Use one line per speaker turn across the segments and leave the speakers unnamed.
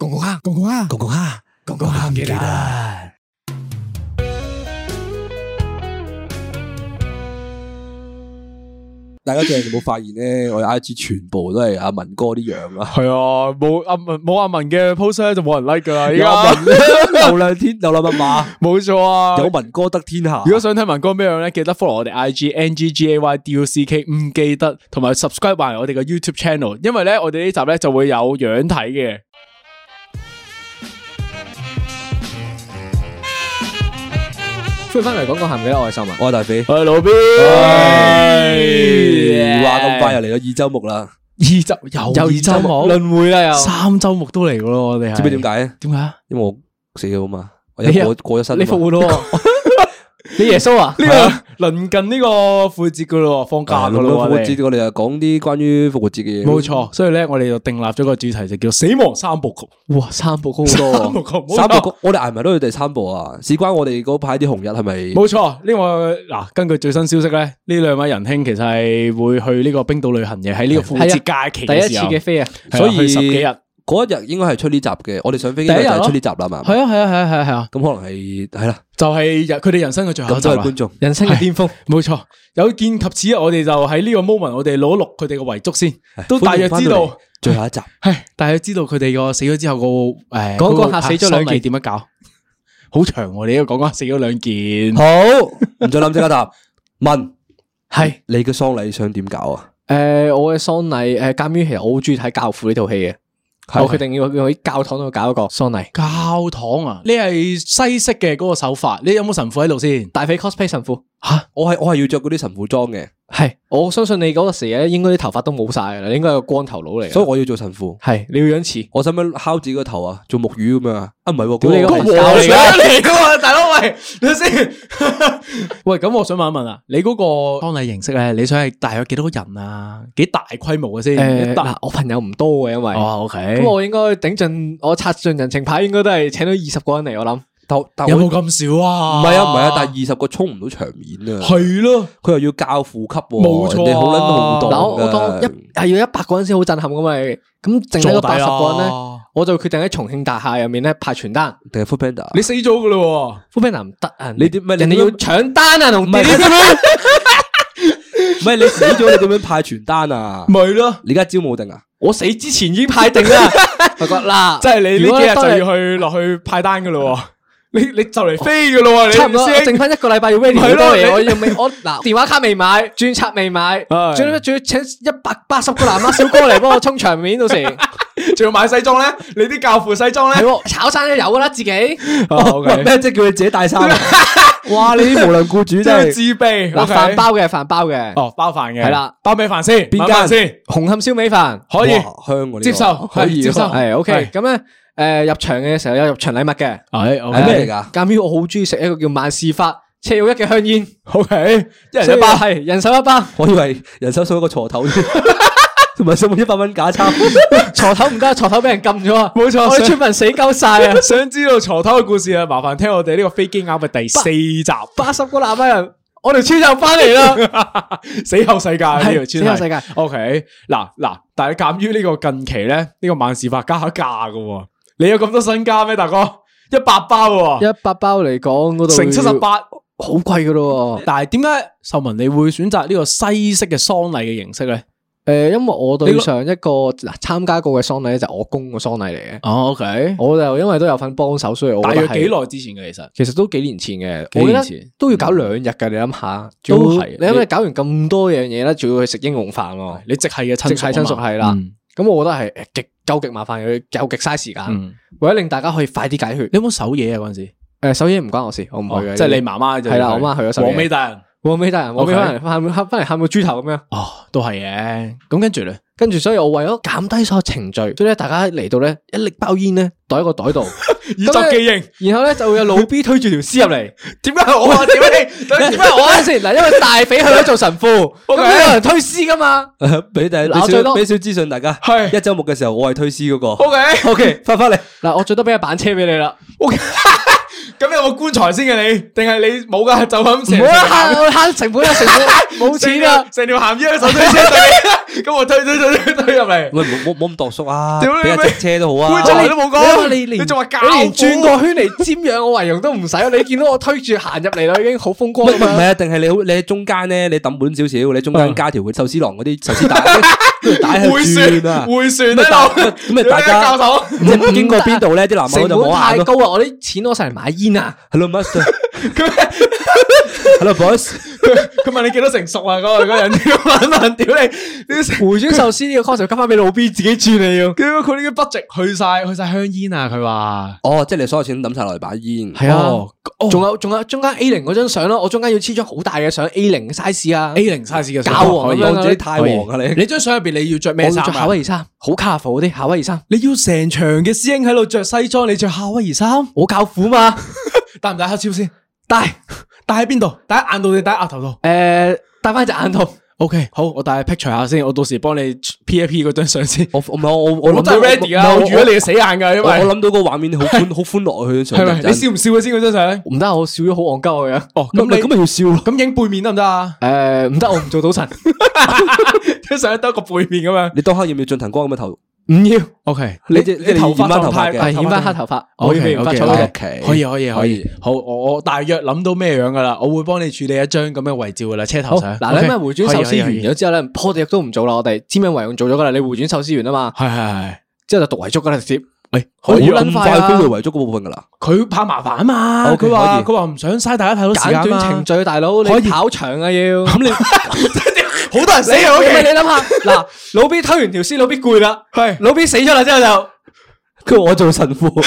공고학 공고학 공고학 공고학입니다.
大家最近有冇發現咧？我哋 I G 全部都係阿文哥啲樣啊！
系啊，冇阿文冇阿文嘅 post 咧就冇人 like 噶啦，依
有
家
文 流量天流量密 碼，
冇錯啊。
有文哥得天下。
如果想睇文哥咩樣咧，記得 follow 我哋 IG N G G A Y D U C K，唔記得同埋 subscribe 埋我哋嘅 YouTube channel，因為咧我哋呢集咧就會有樣睇嘅。
歡迎翻嚟講個鹹嘅愛心啊！
我係大肥，
我係老 B，
話咁快又嚟咗二周目啦，
二周又
又二周目
輪迴啦又，
又
三周目都嚟噶咯，我哋係
知唔知點？解咧？
點解啊？
因為我死咗嘛，我
你
一
啊
過過咗身啊
你
嘛，
復活咯？
你耶穌啊？
呢 個鄰近呢個復活節噶咯，放假
係
噶
咁
咯，
復活
我哋
節我哋又講啲關於復活節嘅嘢。
冇錯，所以咧我哋就訂立咗個主題就叫死亡三部曲。
哇，三部曲好
三
多
部
啊！
曲，冇錯
三部曲，我哋挨埋都去第三部啊！事關我哋嗰排啲紅日係咪？
冇錯，呢位嗱，根據最新消息咧，呢兩位仁兄其實係會去呢個冰島旅行嘅，喺呢個復活節假期
第一次
時候
嘅飛啊！
係啊
所以
去十幾日，係啊
嗰一日應該係出呢集嘅，我哋上飛機
第
就
一日咯
係出呢集啦嘛。
係啊係啊係啊係啊，
咁可能係係啦，
就係人佢哋人生嘅最後一
咁
集
多位
啦
觀。眾，
人生嘅巔峰，
冇錯，有見及此，我哋就喺呢個 moment，我哋攞錄佢哋嘅遺囑先，都大約知道，
最 後一集。
係大約知道佢哋個死咗之後個誒
講講
嗰個
下死咗兩
喪禮
件
點樣搞，好長喎，你呢個講講下死咗兩件，
好，唔再諗即刻答。問
係
你嘅喪禮想點搞啊？
誒，我嘅喪禮誒，鑑於其實我好中意睇教父呢套戲嘅，我決定要要喺教堂度搞一個喪禮。
教堂啊，你係西式嘅嗰個手法，你有冇神父喺度先？
大肥 cosplay 神父
吓，
我係我係要着嗰啲神父裝嘅，
係，我相信你嗰個時咧，應該啲頭髮都冇晒㗎啦，應該係個光頭佬嚟
啊
㗎。
所以我要做神父。
係你要樣似。
我使唔使敲自己個頭啊？做木魚咁樣啊？啊唔係喎，
屌你
嗰
個
個
係
係
教嚟㗎
嚟噶，大佬喂，你先。喂，咁我想問一問啊，你嗰個喪禮形式咧，你想係大約幾多人啊？幾大規模嘅
誒
先？
嗱，我朋友唔多嘅，因為
哦
咁
，OK。
我應該頂盡我刷盡人情牌，應該都係請到二十個人嚟，我諗。
但但
有
我
冇咁少
唔
啊？
係啊唔係啊，但係二十個衝唔到場面啊！
係咯，
佢又要教父級喎，
冇錯
人
啊
哋好撚好動㗎
嗱，我我當一係要一百個人先好震撼咁嘛，咁剩低
坐
嗰
底
八十個人咧，
啊
我就決定喺重慶大廈入面咧派傳單。
定係啊 f o o d Panda？
你死咗噶啦，
富平男唔得啊，
你點咩你
人哋
點
要
樣
搶單啊，同
係
你
唔係你死咗，你點樣派傳單 啊？
咪咯，
你而家招冇定啊？
我死之前已經派 定啦，發覺嗱，
即係你
如
呢
果
幾日
當
就要去落去派單噶啦，你你就嚟飛噶啦，你
差唔多，
師
我
兄
剩翻一個禮拜要 ready 好
係咯
多嘢，
你
我要未我嗱電話卡未買，專冊未買，
係
仲要仲要請一百八十個南亞小哥嚟幫我充場面，到時係
仲要買西裝咧，你啲教父西裝咧
喎炒山都有噶啦，自己。
，OK，
咩即係叫你自己帶衫 啊？哇！你啲無良僱主
即係
真係
自備
嗱，
OK
飯包嘅，飯包嘅，
哦，包飯嘅
係啦，
包咩飯先？
邊
邊
間
間先？
紅磡燒味飯
可以
哇香喎呢個
接受，
可以
係接受，
係 OK。
係。
咁咧，誒入場嘅時候有入場禮物嘅，
係
係咩
哎
嚟
，OK，
㗎？
鑑於我好中意食一個叫萬事發赤肉一嘅香煙，
OK，一人
所以
一包，
係人手 一包，
我以為人手送一個鋤頭添， 同埋送一百蚊假 鈔。
鋤頭唔得，鋤頭俾人禁咗啊！
冇錯
我哋
想！
村民死鳩晒啊
想知道鋤頭嘅故事啊，麻煩聽我哋呢個飛機鴨嘅第四集，
八十個南亞人，我哋村就翻嚟啦。
死後世界啊呢條村哦
死後世界。
OK，嗱嗱，但係鑑於呢個近期咧，呢個萬事法加價嘅喎，你有咁多身家咩，大哥？一百包喎，
一百包嚟講，嗰度
成七十，八。
好貴噶咯。
但係點解秀文你會選擇呢個西式嘅喪禮嘅形式咧？
誒，因為我
你
對
個
上一個嗱參加過嘅喪禮咧，就係我公個喪禮嚟嘅，
哦，OK，
我就因為都有份幫手，所以我
大
覺得
約
係
幾耐之前嘅其實？
其實都幾年前嘅，
幾
我
年
記得
前
都要搞兩日㗎。你諗下，
都
仲要
係
你諗
你
下搞完咁多樣嘢咧，仲要去食英雄飯喎。
你直系嘅親
直
屬啊
系親屬係啦
嗯
咁我覺得係誒極夠極麻煩，又又極嘥時間，
嗯
為咗令大家可以快啲解決。
你有冇守夜啊？嗰阵时，
誒，首先唔關我事，我唔去
哦
嘅。
即係你媽媽就
係啦我媽去咗守夜
黃尾大人
黃尾大人，黃尾翻嚟喊喊翻嚟喊個豬頭咁樣。
哦，都系嘅。咁跟住咧，
跟住所以我為咗減低所有程序，所以咧大家嚟到咧一拎包煙咧袋喺個袋 度，
以
咁呢
應。
然後咧就會有老 B 推住條屍入 嚟。
点解我啊？点 解你？
點解我啱先嗱？因為大匪去咗做 神父，咁有人推屍噶嘛？
俾大俾
嗱我最
少
多
俾少資訊大家。
係
一周目嘅時候，我係推屍嗰個。
O K O K，
翻返嚟，
嗱，我最多俾一板車俾你啦。
咁你有冇棺材先嘅你？定系你冇噶？就咁成
唔好啦，慳慳成本啊，成 本冇錢啊！！
成条咸鱼手推车对，咁我推推推推推入嚟，
喂，唔好唔好咁度縮啊！
屌你
俾架
咩
即車都好
棺
啊！
材都冇講
你連
你仲話教
你連轉
我
個圈嚟瞻仰我遺容都唔使，啊你見到我推住行入嚟啦，已經好風光
喂唔
啦。
係啊，定係你好？你喺中間咧，你抌本少少，你喺中間加條壽司郎嗰啲壽司帶，跟住帶喺度
回旋
轉啊！
回旋
咁咪
啊！
大咁咪大
教
家
授，
唔知經過邊度咧，啲男
成
朋友
本
就摸
太
眼
高
咯。
啊！我啲錢攞晒嚟買煙啊！
Hello master。Hello boss。
佢問你幾多成熟啊？嗰個嗰個人問問屌 你，你成
回轉壽司呢個 concept 交翻俾老 B 自己轉你要。
屌佢呢啲 budget 去晒去晒香煙啊！佢話
哦，即係你所有錢抌晒落嚟把煙。
係啊
哦哦，
仲有仲有中間 A 零嗰張相咯，我中間要黐張好大嘅相 A 零 size 哦啊
A 零 size 嘅
教皇
我
咁樣
自己太黃啊你
你張相入邊你要着
我
咩
要
衫
着夏
啊？
威夷衫，好 colourful 嗰啲夏威夷衫，
你要成場嘅師兄喺度着西裝，你着夏威夷衫，
我教父嘛，
戴唔戴黑超先？
戴
戴喺邊度？戴喺眼度定戴喺額頭度
誒戴翻隻眼套，
？OK，好，我戴 picture 下先，我到時幫你 P 一 P 嗰張相先。
我唔係我我
我
諗
真
到
係 ready 啊！
唔係
我預咗你嘅死眼噶，因
我
為
我諗到個畫面好歡好歡樂啊！佢
係咪？
上
你笑唔笑嘅先嗰張相？
唔得我笑咗好戇鳩嘅樣，
哦，
咁
咁
咪
你
咁咪要笑咯。
咁影背面得唔得啊？
誒唔得我唔做賭神，
張相得一個背面咁樣。
你當刻要唔要進騰光咁嘅頭？
唔要。
OK，
你即你
頭髮
染翻頭髮
狀態
嘅
系染翻黑頭髮，我
OK，
要俾染髮
OK，
彩
OK
嘅。
OK
可以可以可
可
以
以，
好，我我大約諗到咩樣噶啦，我會幫你處理一張咁嘅遺照噶啦，車
好
頭相。
嗱，你咩回轉壽司完
係啊
咗之後咧，破地獄都唔做啦，我哋簽名遺用做咗噶啦，你回轉壽司完啊嘛，
係係，
之後就讀遺囑噶啦直接。
誒
可以
好
撚
撚
快
快
啊
都會圍咗嗰部分噶啦。
佢怕麻煩啊嘛，
OK，
佢話
可以
佢話唔想嘥大家太多時間
簡
啊
短
嘛
程。序，大佬
可以
你跑場啊要。
咁你好多人死啊
喂
！OK，
你諗下，嗱，老 B 推完條屍，老 B 攰啦，
係
老 B 死咗啦之後就
跟住我做神 父，做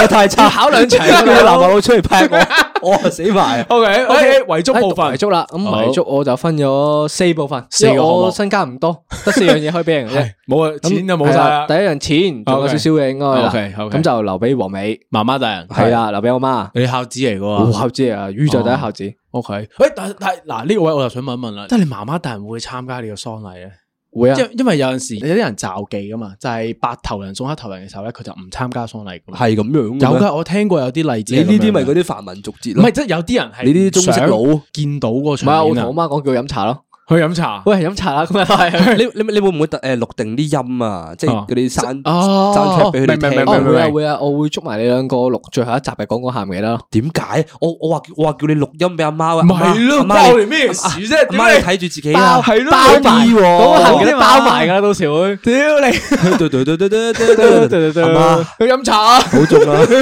得太差，
考兩場啊
跟住男朋友出嚟劈 我，我就死埋。
OK OK，遺囑部
哎
分
讀遺。囑啦。咁
好
遺囑我就分咗四部分，
四個
因為
項目
我身家唔多，得四樣嘢可以俾人嘅啫
係。冇啊，
咁
錢就冇
係
晒
啦
啦
第。一樣錢，仲有
OK
少少嘅應該啦。
OK，OK
咁就留俾黃尾，
媽媽大人
係，啦，留俾我媽。
你孝子嚟噶
好
喎。
孝子啊，宇
哦
宙第一孝子。
O K，喂，但但嗱呢個位我又想問一問啦，即係你媽媽大人會唔會參加你個喪禮咧？
會啊，
因因為有陣時有啲人罩忌噶嘛，就係白頭人送黑頭人嘅時候咧，佢就唔參加喪禮噶嘛。
係咁樣嘅咩
有噶，我聽過有啲例子
你
係咁樣嘅。
呢啲咪嗰啲泛民族節
唔
咯
係，？即係有啲人係
你呢啲中式佬
見到個
唔係啊，
場
我
面
同我
啊，哦
媽講叫佢飲茶咯。
去飲茶。
喂，飲 茶啦，咁啊係。
你你你會唔會特誒錄定啲音啊？即係嗰啲山
哦
山出俾佢哋
明明
聽。
明
哦，
明明
會啊會啊，我會捉埋你兩個錄最後一集嘅講講下唔記得咯。
點解？我我話我話叫你錄音俾阿媽啊，
唔
阿
係
媽
咯，
阿媽
關我
你
哋咩事啊啫？
阿媽你
點解
睇住自己啊啦，
係咯
包埋
你啲
嗰個
喎
行記得包埋㗎啦，到時會。
你屌 你
對對對對對對對對對，阿媽
去飲茶啊！
好重啊！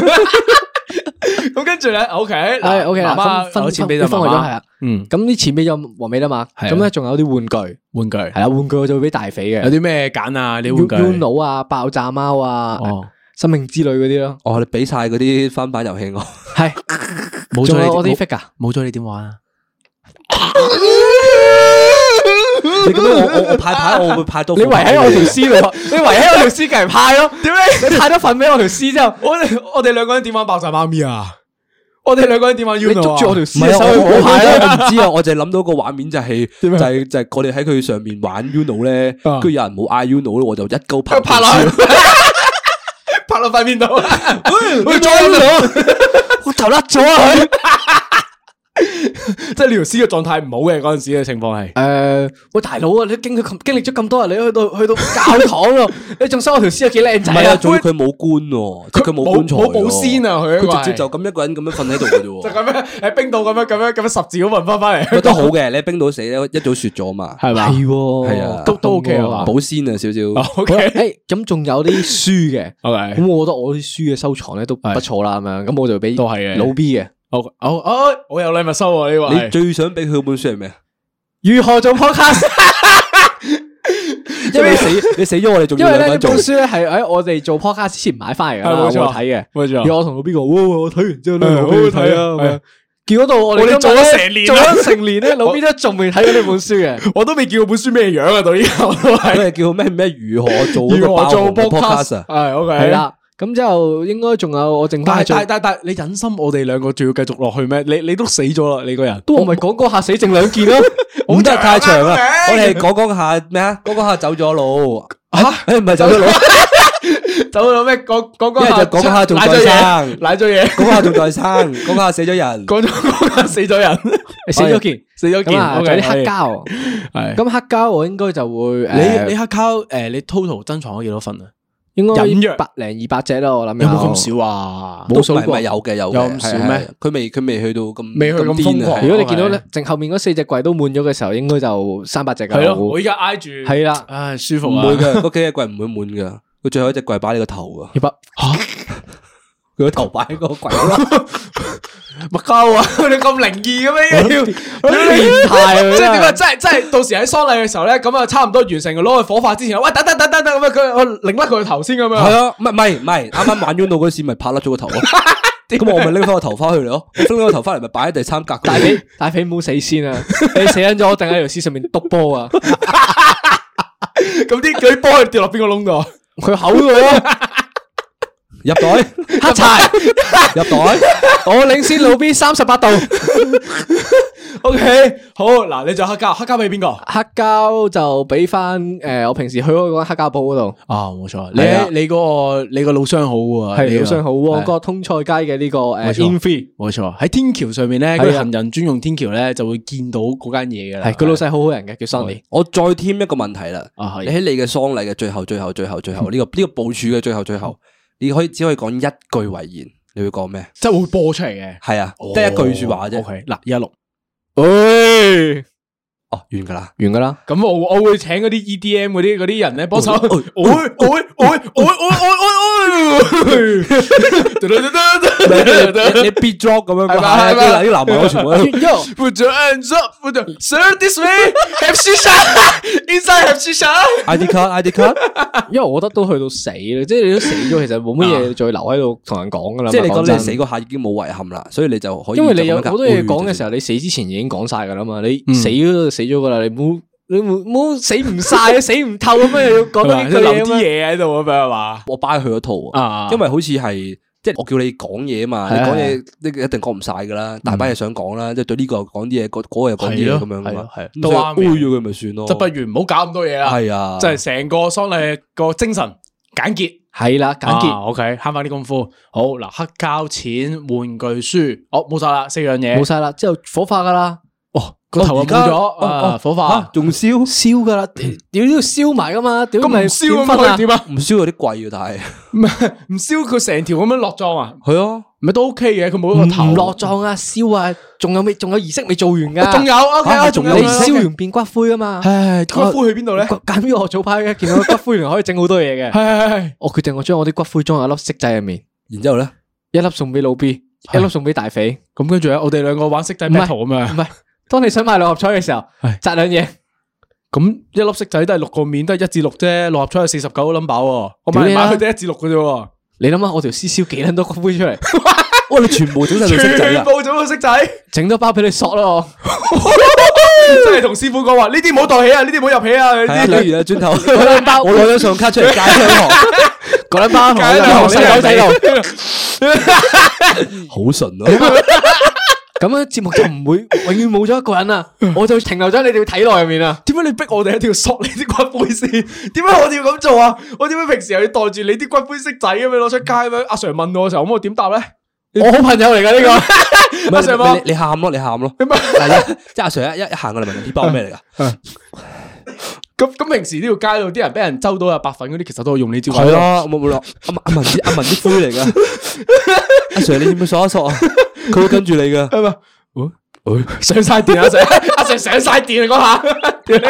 咁跟住咧，OK，
係 OK 啦，
媽
咁
媽
分
有錢俾
分
咗
分
媽
為咗係
媽，
啦。
嗯，
咁啲錢俾咗黃尾啦嘛，
係啊
咁咧仲有啲玩具，
玩具
係啦，玩具我就會俾大肥
有
嘅。
啲咩揀啊？你
U
玩具
U 腦啊，爆炸貓啊，
哦，
生命之類嗰啲咯，
哦，你俾晒嗰啲翻版遊戲我，
係。
冇咗
仲
你
有我啲
冇
figure，
冇咗你點玩啊？
你咁樣我我我派牌我會派到
你圍喺我條屍度， 你圍喺我條屍隔嚟派 咯。
屌你！
你派咗份俾我條屍 之後，
我哋我哋兩個人點玩爆炸貓咪啊？我哋兩個人點玩 U
你捉
n 啊？
住我條屍
唔係啊，
手去
我
摸
我
牌
我
啦。
唔知啊，我就係諗到個畫面就係就係就係我哋喺佢上面玩 Uno 咧，
啊
跟住有人冇嗌 Uno 咧，我就一鳩拍
佢拍落去，拍落塊面度，佢裝咗，
我頭甩咗啊佢。
即係你條屍嘅狀態唔好嘅嗰陣時嘅情況係。
诶，喂大佬啊，你經佢咁經歷咗咁多啊人，你去到去到教堂 咯，你仲收我條屍有幾靚
唔
仔
係啊，
啊？
仲要佢冇官喎，即係佢冇棺材喎，
冇冇保鮮啊佢
佢直
因為
接就咁一個人咁樣瞓喺度嘅啫
就
喎。
咁樣喺冰島咁樣咁樣咁樣十字咁運翻翻
覺
嚟，
得好嘅，你喺冰島死咧一早雪咗嘛，
係嘛
係喎
係啊
都都 OK 啊嘛哦
保鮮啊少少。
？O
好啦
K
誒咁仲有啲書嘅，
O
咁
K，
我覺得我啲書嘅收藏咧都不錯啦，咁樣咁我就俾
都係嘅
老 B 嘅。
好好哦，我有禮物收喎呢位。
你最想俾佢本書係咩啊？
如何做 podcast？
因為你死你死咗，我哋仲
因
要兩
為咧
個
呢
人做
本。書咧係喺我哋做 podcast 之前買翻嚟噶啦，
係冇
我
錯
睇嘅。
冇錯
然後我同老 B 講，喂喂，我睇完之後咧，
係
老 B
好好
要
睇啊
睇啊咁
係
樣。結果到我哋
我哋
今日
做
呢
咗成年
做
啦
咗 成年咧，老 B 都仲未睇過呢本書嘅。
我都未見過本書咩樣啊！到依家我都 係
佢係叫咩咩如何做一個
如何做
爆紅嘅 podcast 啊？
係 OK
係。啦，咁之後應該仲有我剩
但
翻
係但係但係但係你忍心我哋兩個仲要繼續落去咩？你你都死咗啦，你個人。
都我咪講嗰下死剩兩 件咯。
唔得太長啦
啊！
我哋講講下咩啊？講講下走咗路
嚇
誒唔係走咗路，
走到咩？講講講
一
下，
係就講下仲
賴
在
咗嘢，
生
賴咗嘢，
講下仲在生，講下死咗人。
講咗講 下死咗人，
死咗件，
死咗
咁
件
啊，仲
OK，
有啲
可
黑
以
膠。
係
咁黑膠我應該就會誒
你你黑膠誒，你 total 珍藏咗幾多份啊？
應該
隱約
百零二百隻咯，我諗
有冇咁少啊？
都
冇數
唔係唔
過
係有嘅有嘅，
有咁少咩
係？係佢未佢未去到咁
未去咁
癲
瘋
啊
狂
係
如果你見到
係
咧，剩後面嗰四隻櫃都滿咗嘅時候，應該就三百隻㗎
係
啦
咯，我依家挨住，
係啦
唉，舒服
唔
啊！
會嘅，嗰幾隻櫃唔會滿嘅，佢最後一隻櫃擺你個頭啊！
要不
佢個頭擺喺個櫃咯，
乜鳩啊！你 咁靈異嘅咩？要要
變態啊
即係點啊？即係即係到時喺喪禮嘅時候咧，咁啊差唔多完成，攞去火化之前，喂等等等等等咁樣，佢我擰甩佢個頭先咁
係
樣。
啊，唔係唔係唔係，啱啱玩 Uno 嗰時咪拍甩咗個頭咯。咁我咪拎翻個頭翻去咯，我拎翻個頭翻嚟咪擺喺第三格嗰度。
大髀大髀冇死 先啊！你死緊咗，我定喺條屍上面篤波啊！
咁啲佢啲波係掉落邊個窿度？啊
佢口嘅 咯，
入袋，
黑柴，
入袋，
我領先老 B 三十八度。
O K，好嗱，你就黑膠，黑膠俾邊個？
黑膠就俾翻誒，我平時去嗰個黑膠鋪嗰度，
啊，冇錯，
係啊
你嗰個你個老商好喎
係好上好旺
哥，
角通菜街嘅呢個誒
冇錯
In Free，
冇錯喺天橋上面咧，
係啊
佢行人專用天橋咧就會見到嗰間嘢嘅啦。
係佢老細好好人嘅，叫 Sony。
我再添一個問題啦。
啊係
你喺你嘅喪禮嘅最後、最後、最後、最後呢個呢個部署嘅最後、最後，你可以只可以講一句遺言，你會講咩？
即係會播出嚟嘅，
係啊，得一句說話啫。
OK，嗱，一六。
喂，
哦，完噶啦。
完噶啦，
咁我我會請嗰啲 EDM 嗰啲嗰啲人咧幫手， 我
哦
會我會我會我會我會我
你
會
你 b d drop 咁樣
係
啩？
嘛
啲
係嘛
男啲男朋友全部 喺度
Put your hands up, put your sir this way, have shisha, inside have shisha。
ID card ID card，
因為我覺得都去到死啦，即係你都死咗，其實冇乜嘢再留喺度同人講噶啦。
即係你
講
覺得
真
你死嗰下已經冇遺憾啦，所以你就可以
因為你
就
有
咁樣夾
好多嘢講嘅時
候，
候，你死之前已經講晒噶啦嘛，你死咗就死咗噶啦，你冇你冇冇死唔晒，死唔透咁樣又要講多呢句嘢
留
咁
啲
樣
嘢喺度咁樣係嘛？
我掰佢嗰套啊
啊，
因為好似係。即係我叫你講嘢嘛，你
係
講嘢你一定講唔晒噶啦，大把嘢想講啦，即係對呢個又講啲嘢，嗰嗰個又講啲嘢
係
咁
咯
樣噶嘛
係咯，係咯
都
都
啱
啱嘅
嘅，咗佢咪算咯，
就不如唔好搞咁多嘢啦。
係啊，
即係成個喪禮個精神簡潔。
係啦，簡
啊
潔
OK，慳翻啲功夫。好嗱，黑膠、錢、玩具、書，哦冇晒啦，四樣嘢
冇。晒啦，之後火化噶啦，
哦，個頭啊冇咗啊，火
啊
化。
仲燒
燒噶啦，屌都要燒埋噶嘛，屌咪
燒
點
咁
分
佢
啊？
點啊？
唔燒有啲貴啊，
唔係唔燒佢成條咁樣落葬啊？
但
嗯
係係啊，
咪都 OK 嘅，佢冇一個頭
唔落，葬啊，燒啊，仲有未？仲有儀式未做完噶？
仲有 OK
啊
啊，
仲
仲
有
有
你
啊
燒完變骨灰啊嘛？
唉，骨灰去邊度咧？
簡於我早排嘅見到骨灰原來可以整好多嘢嘅，
係係係，
我決定我將我啲骨灰裝喺一粒色仔入面，
然之後咧，
一粒送俾老 B，一粒送俾大肥。
咁跟住咧，我哋兩個玩色仔 battle 咁啊
唔
樣，
系，当你想买六合彩嘅时候
係，
摘两嘢，
咁一粒色仔都係六個面，都係一至六啫，六合彩係四十九個 number 喎，我
屌
買
你
嚟
啦
買去得一至六嘅啫喎，
你諗下我條絲燒幾撚多骨灰出嚟，
哇，你全部整晒到色仔
全
啊！
部做到色 仔，
整多包俾你索咯，
真係同師傅講話，呢啲唔好袋起啊，呢啲唔好入起啊，呢
係啊，
啲
例如啊，轉頭我攞咗信用卡出嚟戒香糖，
嗰兩 包同我
解
兩
兩
行細狗仔度，
度，
好純咯。 啊
咁樣節目就唔會永遠冇咗一個人啦，我就停留咗喺你哋嘅體內入面啊
嗯
啦。
點解你逼我哋一定要索你啲骨灰先？ 點解我哋要咁做啊？我點解平時又要袋住你啲骨灰色仔咁樣攞出街咁樣？阿 Sir 問我嘅時候，咁我點答咧？
我好朋友嚟噶呢個，
唔
阿 Sir
係你
話
你你喊咯，你喊咯，係啊，即係阿 Sir 一一一行過嚟問你啲包咩嚟㗎？
咁咁平時呢條街度啲人俾人周到啊白粉嗰啲，其實都係用呢招。
係，啊，冇冇落阿阿文啲阿文啲灰嚟㗎。阿 Sir 你要唔要索一索啊？佢會跟住你㗎。
係嘛？上晒電啊阿 Sir，阿 Sir 上晒電啊 嗰下。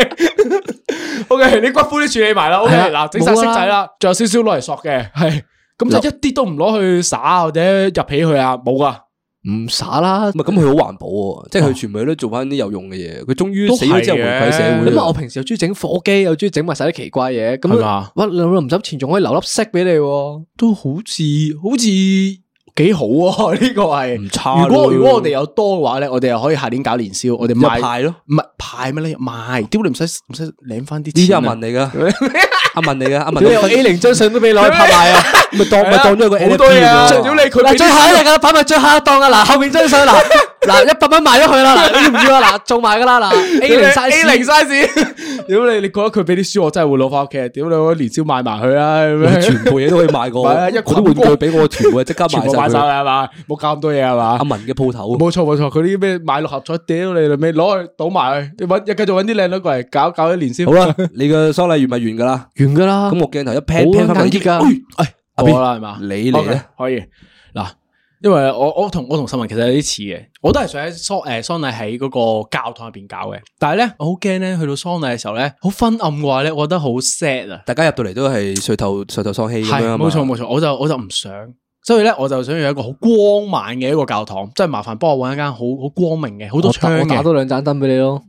O K，你骨灰都處理埋啦。O K，
係啊
嗱，整晒色仔啦，仲有少少攞嚟索嘅，係咁就一啲都唔攞去耍或者入起去啊，冇噶。
唔耍啦
唔。係咁，佢好環保喎，即係佢全部都做翻啲有用嘅嘢。佢終於死咗之後
都
回
係嘅
饋社會
咁啊，我
啦。
平時又中意整火機，又中意整埋晒啲奇怪嘢，咁
係嘛
哇，你臨走前仲可以留粒色俾你喎，
都好似好似
几好啊！呢个系
唔差
如果
咯
如果我哋有多嘅话咧，我哋又可以下年搞年宵，我哋卖
又派咯
唔系派咩咧？卖，屌你唔使唔使领翻啲
呢啲
钱
阿
啊。
文嚟噶，阿文嚟噶，阿文
屌你有 A 零张相都俾攞去拍卖啊！
咪当咪当咗一个
好多嘢啊
NFT 咁樣
屌你佢俾
嗱
啲
最后一日噶啦，擺埋最後一檔啊！嗱，後面張 相嗱嗱一百蚊賣咗佢啦，嗱你要唔要啊？嗱做埋噶啦， 嗱 A 零 size
A 零 size，屌你！你覺得佢俾啲書我真係會攞翻屋企啊？屌你！我年宵賣埋佢啊！咁
佢
樣
全部嘢都可以賣過，
係啊一
嗰啲玩具俾我全部係即刻
全
賣
部買
晒
晒
佢。
啦，係嘛？冇搞咁多嘢係嘛
阿？文嘅鋪頭，
冇錯冇錯，佢啲咩買六合彩，屌你老味，攞去倒埋去，你揾繼續揾啲靚女過嚟搞搞一年先。
好啦，你嘅喪禮完咪完噶啦。
完噶啦
咁我鏡頭一 pan
好
pan 翻
簡潔㗎
嚟，哎阿邊
我啦係嘛？
你嚟咧
Ờ. OK，可以嗱，因為我我同我同新聞其實有啲似嘅，我都係想喺喪诶丧礼喺嗰個教堂入边搞嘅，但係咧我好驚咧去到喪禮嘅時候咧，好昏暗嘅話咧，我覺得好 sad 啊。
大家入到嚟都係垂頭垂頭喪氣
系
咁樣啊嘛
冇錯冇錯，我就我就唔想，所以咧我就想要一個好光猛嘅一個教堂，即係麻煩幫我揾一間好好光明嘅，好多窗
我打
嘅。
多兩盞燈俾你咯。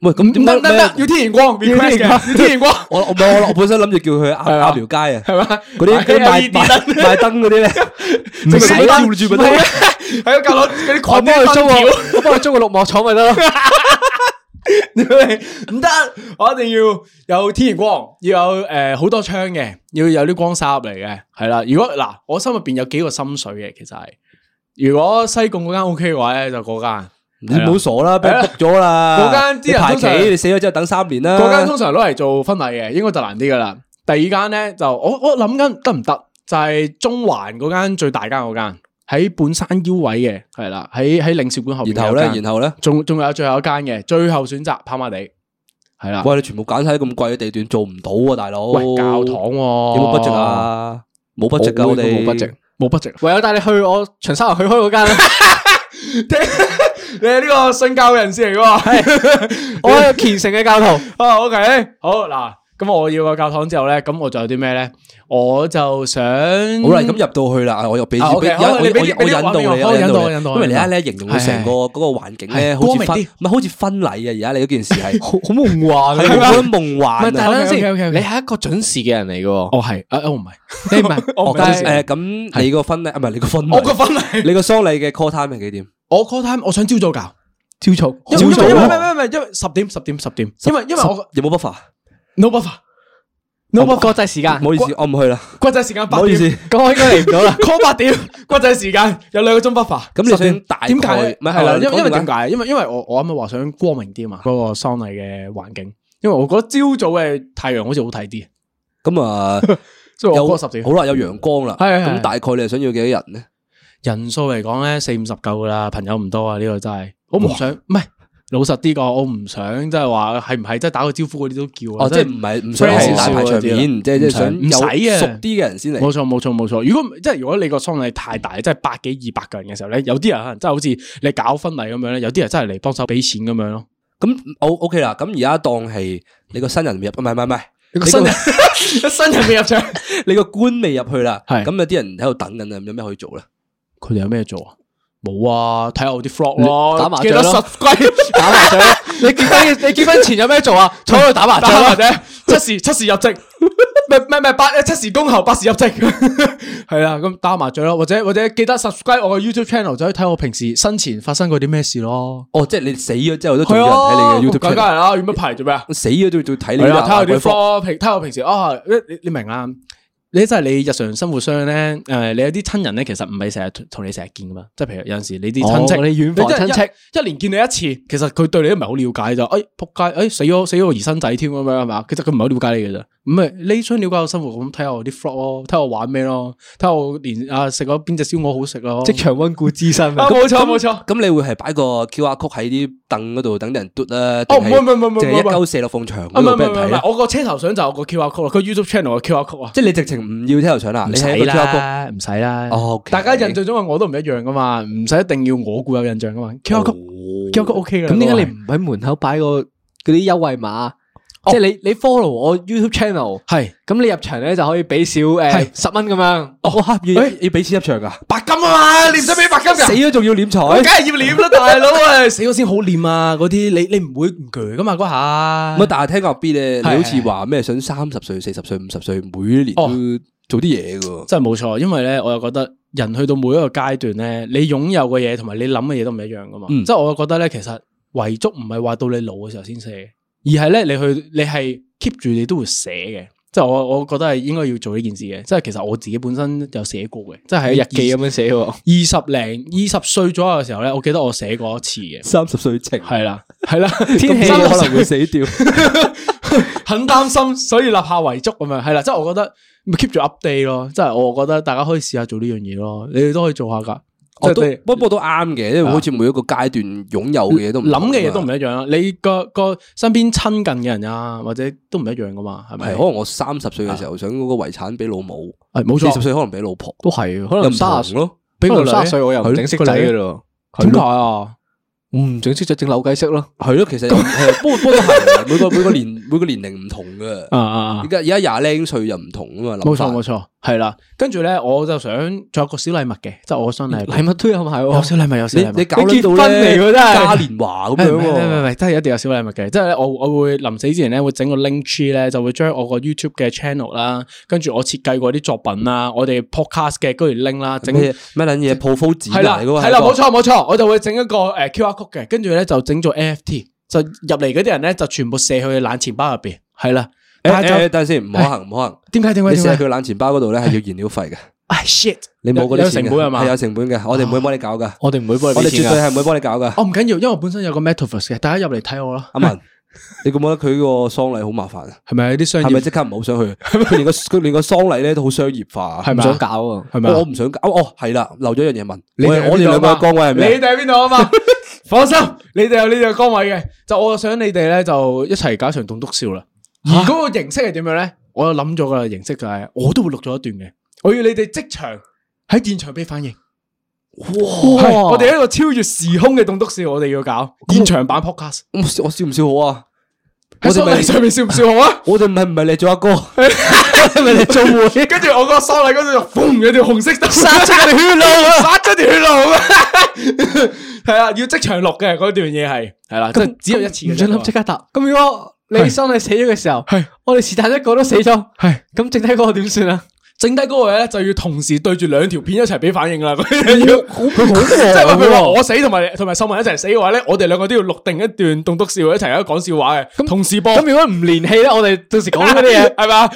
喂，咁點
唔得
解
唔得唔得，
咩
要天然光 request 嘅，要天然光
我我唔係我我本身諗住叫佢鴨鴨寮街啊，
係嘛？
嗰啲嗰啲賣賣賣燈嗰啲咧，唔使吊住咪得咯。
喺個啊教堂嗰啲
我
群
幫佢租
條
個， 我幫佢租個綠幕廠咪得 咯。
唔得，我一定要有天然光，要有诶好、多窗嘅，要有啲光沙入嚟嘅，系啦。如果嗱，我心入边有幾個心水嘅，其實係如果西貢嗰間 O K 嘅話咧，就嗰間。
你唔好傻啦，俾人 book 咗啦。
嗰間啲人
你排
通常
期，你死咗之後等三年啦。
嗰間通常攞嚟做婚禮嘅，應該就難啲噶啦。第二間咧就我我諗緊得唔得，就係、中環嗰間最大間嗰間，喺半山腰位嘅，係啦，喺喺領事館後邊。
然後咧，然後咧，
仲仲有最後一間嘅，最後選擇跑馬地，係啦。
喂，你全部揀晒啲咁貴嘅地段，做唔到喎，大佬。
喂，教堂喎、
有冇 budget？啊？冇 budget 噶，
冇
我哋
冇 budget，冇 budget。
唯有帶你去我長沙灣去開嗰間啦。
你係呢個信教人士嚟嘅 喎，
我有虔誠嘅教徒，
啊 Ờ, OK，好嗱，咁我要個教堂之後咧，咁我仲有啲咩咧？我就想
好啦，咁入到去啦，我又俾
啊
俾
OK，
我
好
我我
你俾啲
我
俾
引
啲
導
畫
你，
面
我
我
引
引導
導
我引
你，
導
因為你
我
而家咧形容到成個嗰個環境咧，
係
好似
光明
婚
啲
唔係好似婚禮啊！而家你嗰件事係
好好夢幻
係好覺得夢
唔係，
幻
但
啊！
係等陣
OK，OK，OK
先，你係一個準時嘅人嚟嘅喎。
我係啊，我唔係，
你唔係
我
哦
唔
但
係
係誒咁，你個婚禮啊唔係你個婚
我個
禮，
婚禮，
你個喪禮嘅 call time 係幾點？
我 call time，我想朝早教，
朝早，
因為
朝
因為因
早
為因為因為十點十點十點，因為因為我
有冇 buffer？
no buffer，no
我
buffer，
國際時間
唔。好意思，我唔去啦，
國際時間
唔
八
好意思
點。
咁我應該嚟唔到啦。
call 八點，國際時間有兩個鐘 buffer。
咁你想
10點
大概
點解咧？
唔係
係啦，
係啦
因為因
講
為
完
點解？因為因為我我啱啱話想光明啲啊嘛，嗰個喪禮嘅環境。因為我覺得朝早嘅太陽好似好睇啲，
咁 啊，
所以我
有
call 十點
好。啦，有陽光啦。
係係係
咁大概你係想要幾多人咧？
人數嚟講咧，四五十夠噶啦，朋友唔多啊，呢個真係。我唔想，唔係老實啲講，我唔想即係話係唔係，即係打個招呼嗰啲都叫啊。
哦，即係
係
唔係唔想係
friends
大排場
少嗰啲啊
面，即係即係想
唔使唔使
有
啊
熟啲嘅人先嚟。
冇錯冇錯冇錯。如果即係如果你個喪禮太大，即係百幾二百個人嘅時候咧，有啲人可能真係好似你搞婚禮咁樣咧，有啲人真係嚟幫手俾錢咁樣咯。
咁我 OK 啦。咁而家當係你個新人未入，唔係唔係唔係， 你個
新 人新人未入場。
你個官未入去啦。
係
咁有啲人喺度等緊啊，有咩可以做咧？
佢哋有咩做啊？冇啊，睇下我啲 vlog 咯，
打麻雀咯
記得十龜
打麻雀咯。你結 婚你結婚前有咩做啊？坐喺度打麻雀
打
咯
麻。 雀，七時七時入席，唔係唔係唔係
呃
八七時公侯，八時入席， 係啦，咁打麻雀咯，或者或者記得 subscribe 我嘅 YouTube channel，就可以睇我平時生前發生過啲咩事咯。
哦，即係你死咗之後
啊
都仲有人睇你嘅 YouTube
梗
channel
係啦，要乜排做咩啊？
死咗都要睇你
係啦，睇下
嘅
我啲
IG vlog
vlog，平睇下我平時啊，你你你明啦。你真係你日常生活上咧，誒，你有啲親人咧，其實唔係成日同同你成日見噶嘛，即係譬如有陣時你啲親戚，
哦嗰啲遠房
你真係
親戚
一一年見你一次，其實佢對你都唔係好了解咋，哎，仆街，哎，死咗死咗個兒生仔添咁樣係嘛？其實佢唔係好了解你嘅咋，咁咪呢想了解我生活咁，睇下我啲 vlog 咯，睇下我玩咩咯，睇下我連啊食咗邊只燒鵝好食咯，
場温故知新
啊冇錯冇錯，
咁你會係擺個 QR code 喺啲凳嗰度等啲人嘟啊？定
哦
係
唔會唔會唔會
淨係一
唔會
鳩射落埲牆
啊
嗰
唔係
度
唔
俾
係
人
唔係
睇
唔
啦
係，。我個車頭相就有個 QR code 啦，個 YouTube channel 嘅 QR code 啊，
即係你直情唔要 t 頭相啦，你係一個 QR code。
啦，唔使啦。
哦，OK
大家印象中嘅我都唔一樣噶嘛，唔使一定要我固有印象噶嘛。Q R
哦
code，Q R code OK 噶。
咁點解
嗰
你唔喺門口擺個嗰啲優惠碼？
哦
即係你你 follow 我 YouTube channel，
個係
咁你入場咧就可以俾少誒十蚊咁樣。
哦，哇要
哎
要俾錢入場㗎，
白金啊嘛？你唔使俾白金
死
㗎，
咗仲要撿
梗
彩。
係要念啦，大佬啊！死咗先好念啊！嗰啲你你唔會唔鋸噶嘛嗰下。
咁但係聽阿 B 咧，你
係
好似話咩想三十歲、四十歲、五十歲，每年
哦
都做啲嘢㗎喎。
真係冇錯，因為咧我又覺得人去到每一個階段咧，你擁有嘅嘢同埋你諗嘅嘢都唔一樣噶嘛。
嗯
即係我覺得咧，其實遺囑唔係話到你老嘅時候先寫，而係咧你去你係 keep 住你都會寫嘅。即係我我覺得係應該要做呢件事嘅。即係其實我自己本身有寫過嘅，即係喺
日記咁樣寫喎。
二十零二十歲左右嘅時候咧，我記得我寫過一次嘅。
三十歲情，
係啦，係 啦，
天氣
咁
可
可能會死掉。
很擔心，所以立下遺囑咁樣，係啦，即係我覺得咪 keep 住 update 咯，即係我覺得大家可以試下做呢樣嘢咯，你哋都可以做下噶，即
我哦都
係
不過都啱嘅，因為好似每一個階段擁有嘅嘢都唔
你諗嘅嘢都唔啊
係。
一樣啦，你個個身邊親近嘅人啊，或者都唔一樣噶嘛，係咪？
係可能我三十歲嘅時候想嗰個遺產俾老母，
係冇
四十
錯，
歲可能俾老婆，
都係，可
又
能
唔
三
同
十，
咯。
可能
個女
三十歲我又唔整色仔
係
噶
咯
咯。
點解啊？
我唔整色仔，整扭計色咯。
係咯，其實又唔係不過不過都係每個每個年 每個年齡唔同嘅。
啊啊啊
而！家而家廿零歲又唔同啊嘛，
冇
諗
錯
法
冇錯，係啦。跟住咧，我就想仲有個小禮物嘅，即係我想禮物，
禮物都有埋
有
喎，
小禮物有小
你
禮物
你。搞撚到
你結婚嚟
咧
㗎真係
嘉年華咁樣
誒唔係唔係唔
喎，
係，真係一定有小禮物嘅。即係咧，我我會臨死之前咧，會整個 link tree 咧，就會將我個 YouTube 嘅 channel 啦，跟住我設計過啲作品啦，我哋 podcast 嘅居然 link 啦，整
咩咩撚嘢 p r o p o
係啦，係啦，冇錯冇錯，我就會整一個誒 QR code 嘅，跟住咧就整做 NFT，就入嚟嗰啲人咧就全部射去佢冷錢包入邊，係啦。但係
誒誒，
就
等陣先，唔可行，唔可行。
點解點解
你試下
啊點解
佢？冷錢包嗰度咧係要燃料費嘅，
唉 shit！
你冇嗰啲
有
錢
有成
嘅
本係嘛啊
係有成本嘅，我哋唔會幫你搞噶，
我哋唔會幫
我
你
哋絕
俾錢
對
㗎。
係唔會幫你搞噶。
哦唔緊要，因為我本身有個 metaverse 嘅，大家入嚟睇我啦。
阿文，你覺唔覺得佢個喪禮好麻煩啊？
係咪有啲商
係咪
業？
即刻唔好想去？佢連個佢連個喪禮咧都好商業化，
係
唔
咪
想搞啊！
係咪啊
我我唔想搞。哦哦，係啦，漏咗一樣嘢問，
你
我
哋
我哋兩個嘅崗位係
你
咩？
哋喺邊度啊嘛？ 放心，你哋有你哋嘅崗位嘅，就我想你哋咧就一齊搞一場棟篤笑啦。而嗰個形式係點樣咧？我有諗咗噶啦，形式就係、我都會錄咗一段嘅，我要你哋即場喺現場俾反應。哇！我哋一個超越時空嘅棟篤笑，我哋要搞現場版 podcast。
我笑我笑唔笑好啊？
喺
我哋
喪禮
咪
上面笑唔笑好啊？
我哋唔係唔係你做阿哥， 啊
係咪你做會？跟住我個喪禮嗰度就嘣有條紅色燈殺出條血路啊！ 殺出條血路 啊！係啊，要即場錄嘅嗰段嘢係係啦，即係只有一次嘅
唔
啫
准諗即刻答。咁如果你生你死咗嘅時候，
係
我哋是但一個都死咗，
係
咁剩低嗰個點算啊？
剩低嗰個咧就要同時對住兩條片一齊俾反 應啦。要
好好
即係譬如話我死同埋同埋秀文一齊死嘅話咧，我哋兩個都要錄定一段棟篤笑，一齊喺度講笑話嘅，同時播
咁如果唔連戲咧，我哋到時講嗰啲嘢，
係嘛？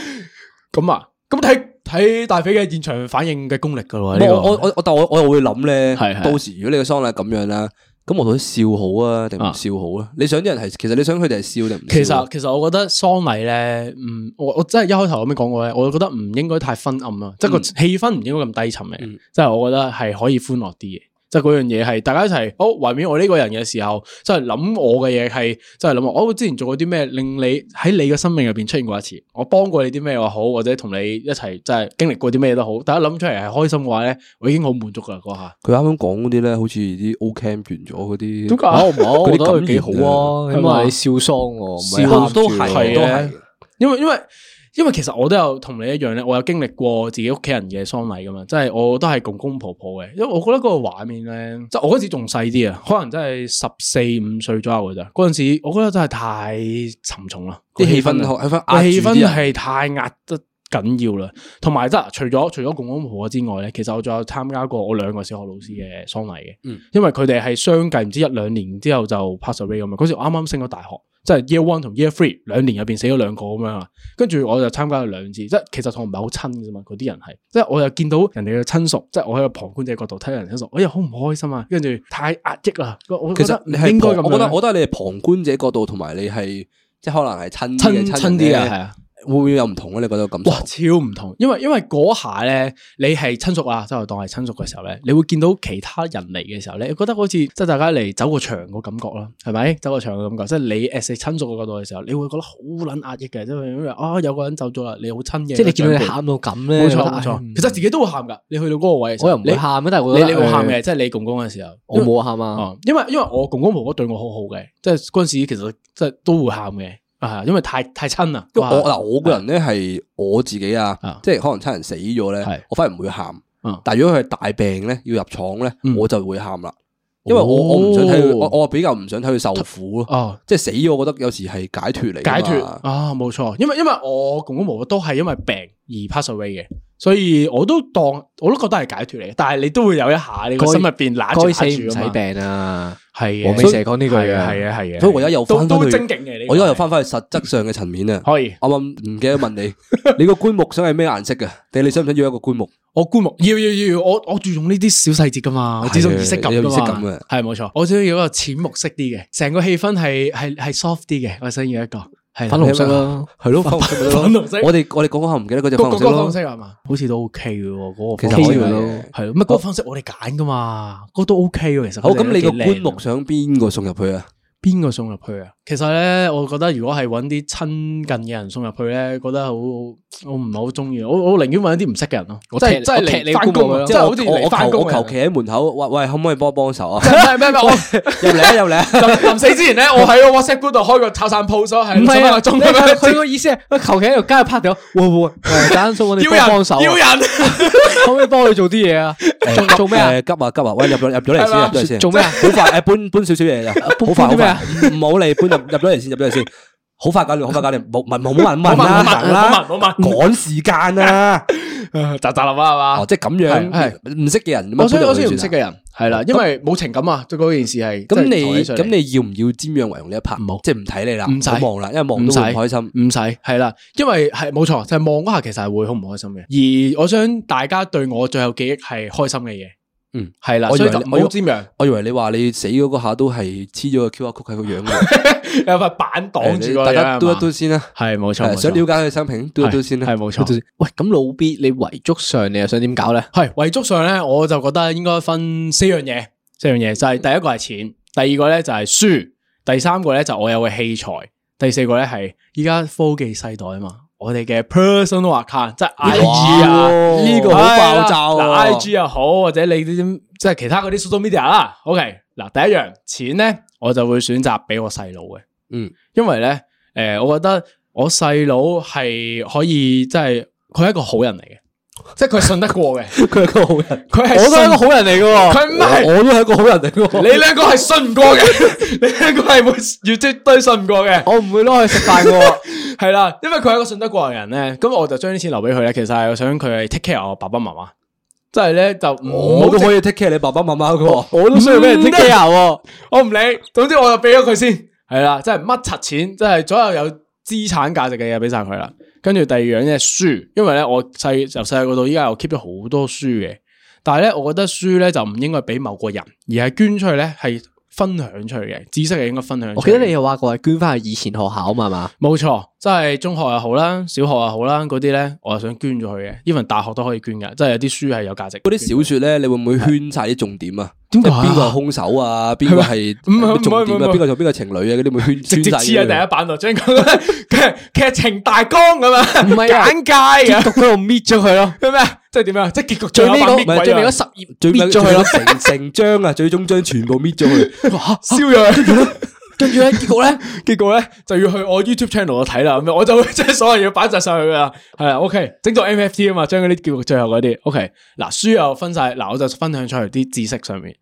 咁啊，咁睇睇大肥嘅現場反應嘅功力噶啊咯喎，呢個
我我我我但我我又會諗咧，
係係
到時如果你個喪禮咁樣啦，咁我到底笑好啊定唔
啊
笑好啊？你想啲人係其實你想佢哋係笑定唔笑啊？
其實其實我覺得喪禮咧，嗯，我我真係一開頭咁樣講過咧，我覺得唔應該太昏暗啦，即係個氣氛唔應該咁低沉嘅，
嗯
即係我覺得係可以歡樂啲嘅。即係嗰樣嘢係大家一齊，好懷緬我呢個人嘅時候，即係諗我嘅嘢係，即係諗我，我之前做過啲咩令你喺你嘅生命入邊出現過一次，我幫過你啲咩又好，或者同你一齊即係經歷過啲咩都好，大家諗出嚟係開心嘅話咧，我已經好滿足噶啦嗰下。
佢啱啱講嗰啲咧，好似啲 O Cam 完咗嗰啲，
點解
好唔好？我
嗰啲
覺得佢
感
幾
言
好啊，
係
起
嘛
碼你笑喪喎，唔係
笑
喊住
都
喎
係
都
都
係
係。
因為因為因為其實我都有同你一樣咧，我有經歷過自己屋企人嘅喪禮噶嘛，即係我都係公公婆婆嘅，因為我覺得嗰個畫面咧，即係我嗰時仲細啲啊，可能真係十四五歲左右嘅咋，嗰陣時我覺得真係太沉重啦，
啲氣
個
氛
啊
氣氛
個
壓
氣
住
氛
啲人
係太壓得緊要啦，同埋得除咗除咗公公婆婆之外咧，其實我仲有參加過我兩個小學老師嘅喪禮嘅，
嗯
因為佢哋係相繼唔知一兩年之後就 pass away 咁樣，嗰時我啱啱升咗大學，即係 year one 同 year three 兩年入邊死咗兩個咁樣啊，跟住我就參加咗兩次，即係其實同我唔係好親嘅啫嘛，嗰啲人係，即係我又見到人哋嘅親屬，即係我喺個旁觀者角度睇人哋親屬，我又好唔開心啊，跟住太壓抑啦，我
其
覺
實
得
你
唔
係
應該
旁
咁樣，
我覺得我覺得你係旁觀者角度，同埋你係即係可能係親
親
嘅
親
親
啲
人
啊，
咧
係啊。
會唔會有唔同啊？你覺得感受
哇，？超唔同，因為因為嗰下咧，你係親屬啊，即係當係親屬嘅時候咧，你會見到其他人嚟嘅時候咧，你覺得好似即係大家嚟走個場個感覺啦，係咪？走個場嘅感覺，即係你 as 親屬嘅角度嘅時候，你會覺得好撚壓抑嘅，即係因為啊有個人走咗啦，你好親嘅，
即係你見到你
長輩，
喊到咁咧，
冇
覺得
錯冇
唉
錯，其實自己都會喊噶，你去到嗰個位嘅時候，
我又唔會喊啊，但係
你，
我覺
你
得
你會喊，嘅，
唉
即係你公公嘅時候，
我冇喊啊。
哦，因為因為我公公婆婆對我好好嘅，即係嗰陣時其實即係都會喊嘅，啊，因為太太親啦，
因為我
哇
啊
嗱，我個人咧係我自己啊
啊，
即係可能親人死咗
係
咧，我反而唔會喊
嗯。
但係如果佢係大病咧，要入廠咧
嗯，
我就會喊啦，因為我我唔想睇佢，我我比較唔想睇佢受苦咯。
哦。
即係死，我覺得有時係解脱嚟㗎嘛。
解脱啊，冇錯，因為因為我公公婆婆都係因為病而 pass away 嘅，所以我都當我都覺得係解脱嚟嘅，但係你都會有一下你個
該
心入邊揦住
該死
揦
唔
住啊
使
嘛，
病啊！
係
黃美成講呢句
係
嘅
啊係啊係啊，
所以我而家又
都
翻
都
翻去
精勁嘅，呢個
我而家又
係
翻翻去實質上嘅層面啊。
可以，
啱啱唔記得問你，你個棺木想係咩顏色嘅？定係你想唔想要一個棺木？
我棺木要要要，我我注重呢啲小細節噶嘛，我注重儀式感
啊有
噶
儀式感啊
嘛
嘅，
係冇錯。我想要一個淺綠色啲嘅，成個氣氛係係係 soft 啲嘅，我想要一個係
粉紅色啦，
係咯，粉紅色咪得咯
粉紅色
我哋我哋講講下唔記得嗰隻
個
粉
個個
紅色
方
咯。
式係嘛？好似都 OK 嘅喎，嗰個
其
方
實可
式
以
嘅
嘅
係咯，乜嗰個方式我哋揀噶嘛，嗰個都 OK 嘅其實。
好，咁你個
個
棺木想邊個送入去啊？
邊個送入去啊？其實咧，我覺得如果係揾啲親近嘅人送入去咧，覺得好我唔係好中意，我我寧願揾啲唔識嘅人咯。
我
即
踢
係即係
我踢
嚟
你
翻
估
工
我
啊，
啦
即
即
係
係
好似
我
嚟
我
翻
求
工
我求其喺門口，喂喂，可唔可以幫我幫手啊？
唔係唔係唔係我。
入嚟 啊入嚟啊！
臨臨死之前咧，我喺個 WhatsApp group 度開個炒散 post 咯，係十
唔係
分
啊，
個鐘咁
佢
樣
佢個意思係，喂求其喺度街度拍掉，喂喂喂，單叔我哋幫幫手啊，
要人
可唔可以幫佢做啲嘢啊？做做咩啊？
誒急啊急啊！喂，入咗入咗嚟先，入咗嚟先。
做咩啊？
好快誒，搬搬少少嘢咋，好快好
搬啲咩
快
啊，
唔好理搬入入咗嚟先，入咗嚟先，好快搞掂，好快搞掂，冇問冇問問啦，
冇問
行啦
冇問冇問
趕時間啊！
要人，扎扎啦嘛係
哦，
嘛？
即係咁樣，
係
唔識嘅人咁樣
我想
搬入
我
去
想要
算
唔識
啦
嘅人係啦，因為冇情感啊，對嗰件事係
咁
即係抬
你
起上嚟
咁你要唔要瞻仰遺容呢一 part？
唔好
即係唔睇你啦，
唔使
好望啦，因為望
唔
都
使
會唔開心。
唔使係啦，因為係冇錯，就係望嗰下其實係會好唔開心嘅。而我想大家對我最後記憶係開心嘅嘢，
嗯
係啦，
我以
所
為
以就
你
唔好瞻仰，
我以為你話你死嗰個下都係黐咗個 QR code 喺個 樣度，
有塊板擋住
誒
個
大家
樣
嘟
係
一
嘛
嘟先啦。
係冇
誒
錯，冇錯
呃想了解佢生平，嘟一嘟先啦。
係冇錯。
喂，咁老 B，你遺囑上你又想點搞咧？
系遺囑上咧，我就覺得應該分四樣嘢，四樣嘢就係、第一個係錢，第二個咧就係書，第三個咧就我有嘅器材，第四個咧係依家科技世代啊嘛，我哋嘅 personal account 即係 I G 啊，
哇呢個好爆炸喎
，I G 又好或者你啲即係其他嗰啲 social media 啦。OK，嗱第一樣錢咧，我就會選擇俾我細佬嘅。
嗯，
因為咧，诶、我覺得我細佬係可以，即係佢係一個好人嚟嘅，即係佢係信得過嘅，
佢係個好人，
佢係
我都係一
信
個好人嚟嘅喎，
佢唔係
我都係一個好人嚟嘅。
你兩個係信唔過嘅， 你兩個係會要絕對信唔過嘅，
我唔會攞去食飯嘅喎。
係啦，因為佢係一個信得過嘅人咧，咁我就將啲錢留俾佢咧，其實係我想佢係 take care 我爸爸媽媽，即係咧就唔好
我都
直
可以 take care 你爸爸媽媽嘅喎。
我都需要俾人 take care 喎。
我唔理，總之我就俾咗佢先，係啦，即係乜柒錢，即係所有有資產價值嘅嘢俾晒佢啦。跟住第二樣嘢係書，因為咧我細由細個到依家我 keep 咗好多書嘅，但係咧我覺得書咧就唔應該俾某個人，而係捐出去咧係分享出去嘅，知識係應該分享出
我
去
記
嘅。
得你又話過係捐翻去以前學校嘛，係嘛？
冇錯，即係中學又好啦，小學又好啦，嗰啲咧我係想捐咗佢嘅，even 大學都可以捐嘅，即係有啲書係有價值。
嗰啲小説咧，你會唔會圈晒啲重點啊？
點解啊
即係邊個係兇手啊？邊個係
唔係唔係
重點
唔係
啊？
唔係
邊個做邊個情侶啊？嗰啲會圈圈
直接
晒啊
黐喺第
嘢
一版度，將佢 嘅劇情大綱咁樣，
唔係啊
簡介咁。
讀佢又搣咗佢咯，
咩咩？即系点樣？即系结局
最
最
尾
尾
嗰
嗰
唔係最尾嗰十頁
最
搣咗佢咯。
成成章啊，最終章全部搣咗佢。
烧 咗佢，
跟住咧，結局咧，
结果咧就要去我 YouTube channel 度睇啦。咁樣我就會將所有嘢擺晒上去噶啦。係啦，OK，整到 MFT 啊嘛，將嗰啲結局最後嗰啲。OK，嗱書又分晒，嗱我就分享出去啲知識上面。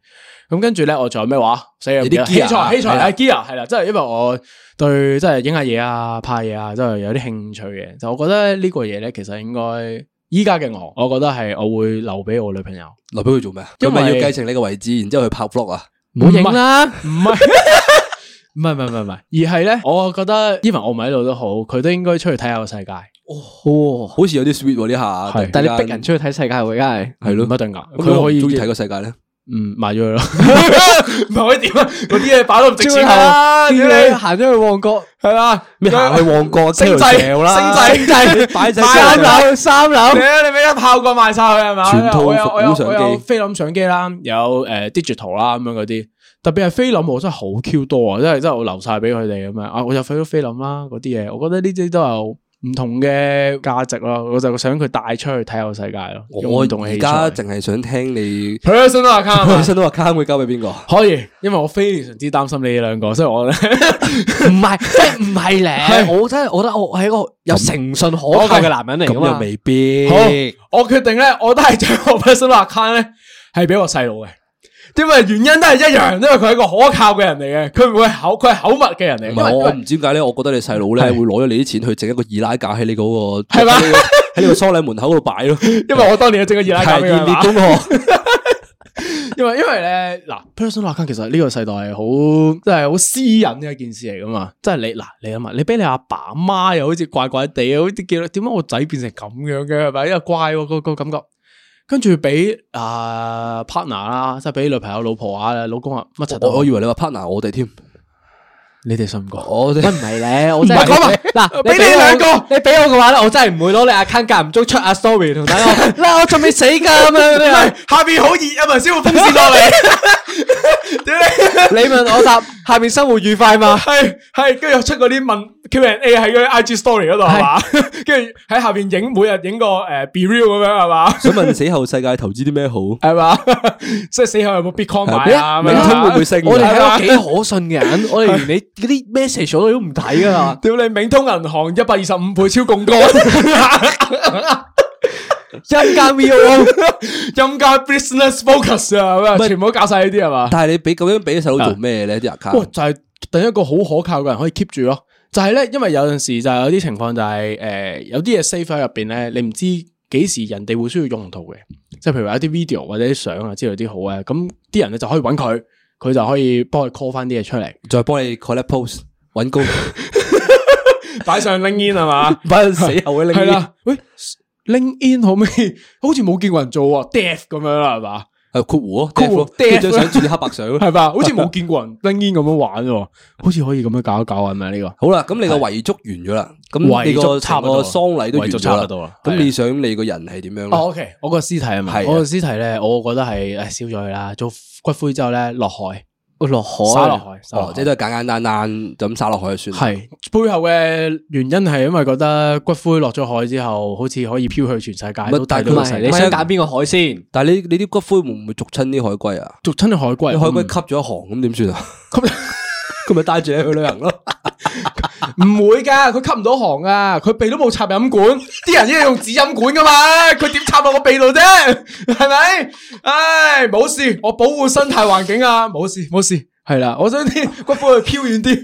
咁跟住咧，我仲有咩話？死啊！
有啲
器
gear 啊
材器
係啦
材系 gear 係啦，即係因為我對即係影下嘢啊、拍嘢啊，真係有啲興趣嘅。就我覺得呢個嘢咧，其實應該依家嘅我，我覺得係我會留俾我女朋友。
留俾佢做咩啊？因
因為
為要繼承你嘅位置，然之後去拍 vlog 啊。
唔好影啦。
唔系。唔係唔係唔係唔係，而係咧，我覺得 even 我唔喺度都好，佢都應該出去睇下個世界，
哦，
好似有啲 sweet 喎呢下，
係
但係你逼人出去睇世界喎，而家係。
係咯
唔一
咁
定㗎，
佢
嗯佢
可
可
以
以
中意睇個世界咧。
嗯賣咗佢咯，唔係可以點啊？嗰啲嘢擺到唔值錢㗎啦，
叫
屌
你
你
行咗去旺角，
係啦，
咩行去旺角
星
條
際
橋啦
星際
擺晒
三
上
樓
樓三樓
你你俾一炮過賣晒佢係咪？
全套
我有我有
復古相機
我有菲林相機啦，有誒 digital 啦咁樣嗰啲，特別係菲林我真係好 Q 多啊！真係真係我留晒俾佢哋咁樣啊！我又睇咗菲林啦嗰啲嘢，我覺得呢啲都有唔同嘅價值咯。我就想佢帶出去睇下個世界咯。
我
用唔同嘅
而
器
家
材
淨係想聽你
personal account
本
啊
身都話卡會交俾邊個？
可以，因為我非常之擔心你哋兩個，所以我咧
唔係，即係唔係咧？
係
我真係我覺得我係一個有誠信可靠嘅男人嚟
咁
㗎
又
嘛。
未必。
好，我決定咧，我都係將我 personal account 咧係俾我細佬嘅。因為原因都係一樣，因為佢係一個可靠嘅人嚟嘅，佢唔會口佢係口密嘅人嚟嘅。
唔
因為
係我唔知點解咧，我覺得你細佬咧會攞咗你啲錢去整一個二奶架喺你嗰個
係嘛
喺你個喺呢個 喪禮門口度擺咯，
因為我當年整個熱拉
係
咁
熱
樣
烈
啊嘛
恭賀。
因為因為咧嗱，personal account 其實呢個世代係好真係好私隱嘅一件事嚟噶嘛，即係你嗱你諗下，你俾你阿爸阿媽又好似怪怪地，好似叫點解我仔變成咁樣嘅係咪？因為怪喎個個感覺。跟住俾啊 partner 啦，即係俾女朋友、老婆啊、老公啊乜柒都
我
好，
我以為你話 partner 我哋添，
你哋信唔過？
我哋
喂唔系咧，我真系
唔係講埋
嗱，
俾你
我
兩個
你俾我嘅话咧，我真系唔会攞你 account 间唔中出下 story 同大家講， 嗱我仲未死噶咁樣。
下边好熱啊嘛，先會風扇落嚟。屌你！
你問我答，下面生活愉快嘛？
系系，跟住出嗰啲問 Q&A 喺嗰啲 IG story 嗰度係 嘛，跟住喺下边影每日影個诶 à, be real 咁樣係嘛，
想問死後世界投資啲 咩好？
係嘛，即係死後有冇 Bitcoin 買啊？
明通會唔會升㗎？
我哋係一個幾可信嘅人，我哋連你嗰啲 message 我哋都唔睇噶啦。
屌你，明通銀行一百二十五倍超槓桿，
陰間 V O，
陰家 business focus à, 啊，咁啊全部都搞晒呢啲係嘛？
但係你俾咁樣俾細佬做咩咧？啲
哇，
account
就係等一個好可靠嘅人可以 keep 住咯。就係咧，因為有陣時就係有啲情況就係、呃有啲嘢 save 喺入邊咧，你唔知幾時人哋會需要用到嘅，即係譬如話一啲 video 或者啲相啊之類啲好咧，咁啲人咧就可以揾佢，佢就可以幫佢 call 翻啲嘢出嚟，
再幫你 collect post 揾 工，
擺上 LinkedIn 係嘛？
揾死後嘅
係
拎
啦，喂，LinkedIn 可唔可以？ 好似冇見過人做喎，death 咁樣啦係嘛？
誒括弧咯，
括弧 death
貼張相轉啲黑白相
係嘛？好似冇 見過人 LinkedIn 咁樣玩喎，好似可以咁樣搞一搞係咪啊呢個？
好啦，咁你個遺囑完咗啦，咁你
遺
個
囑
成
差
個
不多啦
喪禮都完
遺囑
咗
差
啦
不多啦，
咁
係
你
啊
想你個人係點樣
哦
咧？
，OK，我個屍體係
係
咪？
啊
我個屍體咧，我覺得係诶燒咗佢啦，做骨灰之後咧落海，
落
撒落
海，
海，撒
哦，
落海
即係都係簡簡單單就咁撒落海就算啦。
係背後嘅原因係因為覺得骨灰落咗海之後，好似可以飄去全世界
係
都睇
但
唔
到個
係
世
係
界。
你想揀邊個海先？
但係你你啲骨灰會唔會逐親啲海龜啊？
逐親嘅海龜，
你海龜
嗯
吸咗行咁點算 啊？咁咪帶住你去旅行咯。
唔會噶，佢吸唔到航啊，佢鼻都冇插飲管，啲人一定用紙飲管噶嘛，佢點插落個鼻度啫？係咪？唉，冇事，我保護生態環境啊，冇事冇事，係啦，我想啲 骨灰去飄遠啲，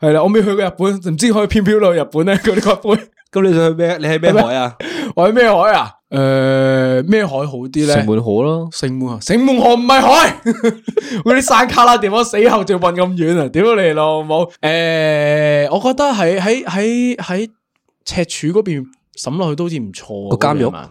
係啦，我未去過日本，唔知可以飄唔飄到去日本咧？嗰啲骨灰，
咁你想去咩？你喺咩海啊？
我喺咩海啊？诶、咩海好啲咧？
門河咯，
城門河，城門河唔係海， 嗰啲山卡拉地方死後仲運咁遠啊！屌你老母！诶、我覺得喺喺喺喺赤柱嗰邊審落去都好似唔錯啊。
個監獄
嗰邊係嘛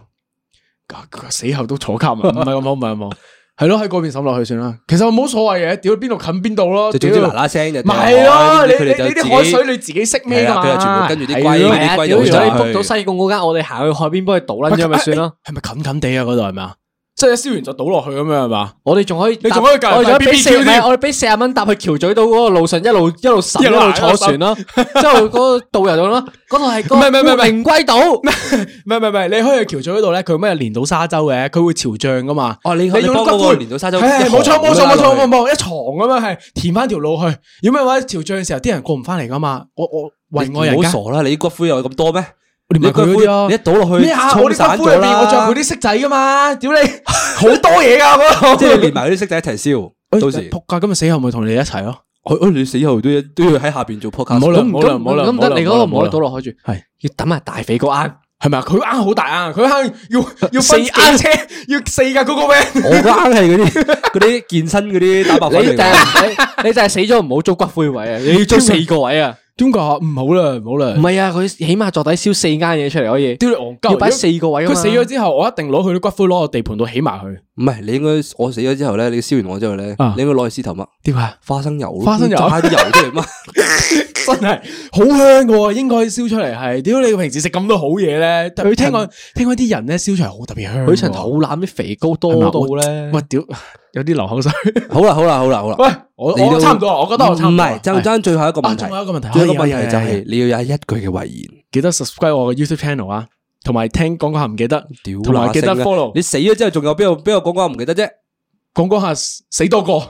啊啊死後都坐監 啊？唔係咁好，唔係咁好。係咯，喺嗰邊審落去算啦。其實我冇所謂嘅，屌邊度近邊度咯。
就總之
屌
嗱嗱哦聲就
咪
掉海
係咯，你
跟住
你
佢哋就
你
自己
啲海水你自己識咩
係
噶
啊
嘛？
佢就全部跟住啲
係咯
龜
係啊，
啲龜
屌！
就
如果你
上去
book 到西貢嗰間，我哋行去海邊幫佢倒撚咗咪算咯。
係咪近近地啊？嗰度係咪啊？即係燒完就倒落去咁樣係嘛？
我哋仲可以搭，
你仲可以隔日
我哋仲可以俾
BBQ
四，唔
添
係我哋俾四十蚊搭去橋咀島嗰個路上，一路一路神
一
一
路
路
行
坐船咯，之後嗰個導遊就咯，嗰度係嗰 個
唔係唔係唔係唔係
名歸島。
唔係唔係唔係，你可以去橋咀嗰度咧，佢咩連島沙洲嘅，佢會潮漲噶嘛。
哦你
你用
你幫嗰
骨
個
灰
連島沙洲
係係冇錯冇錯冇錯
一行咁樣
冇冇一床咁樣係填翻條路去。如果唔係話潮漲嘅時候，啲人過唔翻嚟噶嘛。我我為
你
我人
唔
家
好，傻啦！你啲骨灰有咁多咩？
你
你
問
骨
佢嗰
灰
啲啊
你一倒落去
咩啊？我
沖
啲
散
骨灰
咗
入邊，
啦。
我仲有佢啲色仔噶嘛？屌 你，好多嘢噶嗰度。
即係連埋嗰啲色仔一齊燒。
哎
到時
仆街，今日死後咪同你一齊咯。
我我你死後都要都要喺下邊做 podcast。
唔好啦
咁咁咁唔得，你嗰個唔可以倒落海住，
係
要等埋大肥個啱。
係咪啊？佢啱好大啱，佢啱 要要
四
分幾
啱
車，要四架嗰個 van。
我啱係嗰啲嗰啲健身嗰啲打白
你
粉嚟
就
㗎。
係你你就係死咗唔好租 骨灰位啊，你要租四個位啊。
點解啊唔好啦，唔好啦
唔。係啊，佢起碼坐底燒四間嘢出嚟可以，
屌你戇鳩，
要擺四個位㗎
佢
嘛
死咗之後，我一定攞佢啲骨灰攞個地盤度起埋佢。
唔係你應該我死咗之後咧，你燒完我之後咧，
啊
你應該攞去屍頭乜？
點啊？
花生油咯，
花生油
加啲油出 嚟乜？
真係好香噶喎，應該燒出嚟係。屌你平時食咁多好嘢咧，特別聽講聽講啲人咧燒出嚟好特別香喎。
佢層肚腩啲肥膏多
係咪啊
到咧。
喂屌，有啲流口水。
好啦好啦好啦好啦。
喂，我
你都
我差唔多啦，啊我覺得我差
唔
唔多啦。
係，就爭最後一個問
啊，
題
仲。有一哎個問題，
最後一個問題就
可以有
係
嘅
你要有一句嘅遺言。
記得 subscribe 我嘅 YouTube channel 啊，同埋聽講講下唔記得，
屌
同埋記得
乸聲啊
follow
你死咗之後仲有邊個邊個講講唔記得啫？
講講下死多個，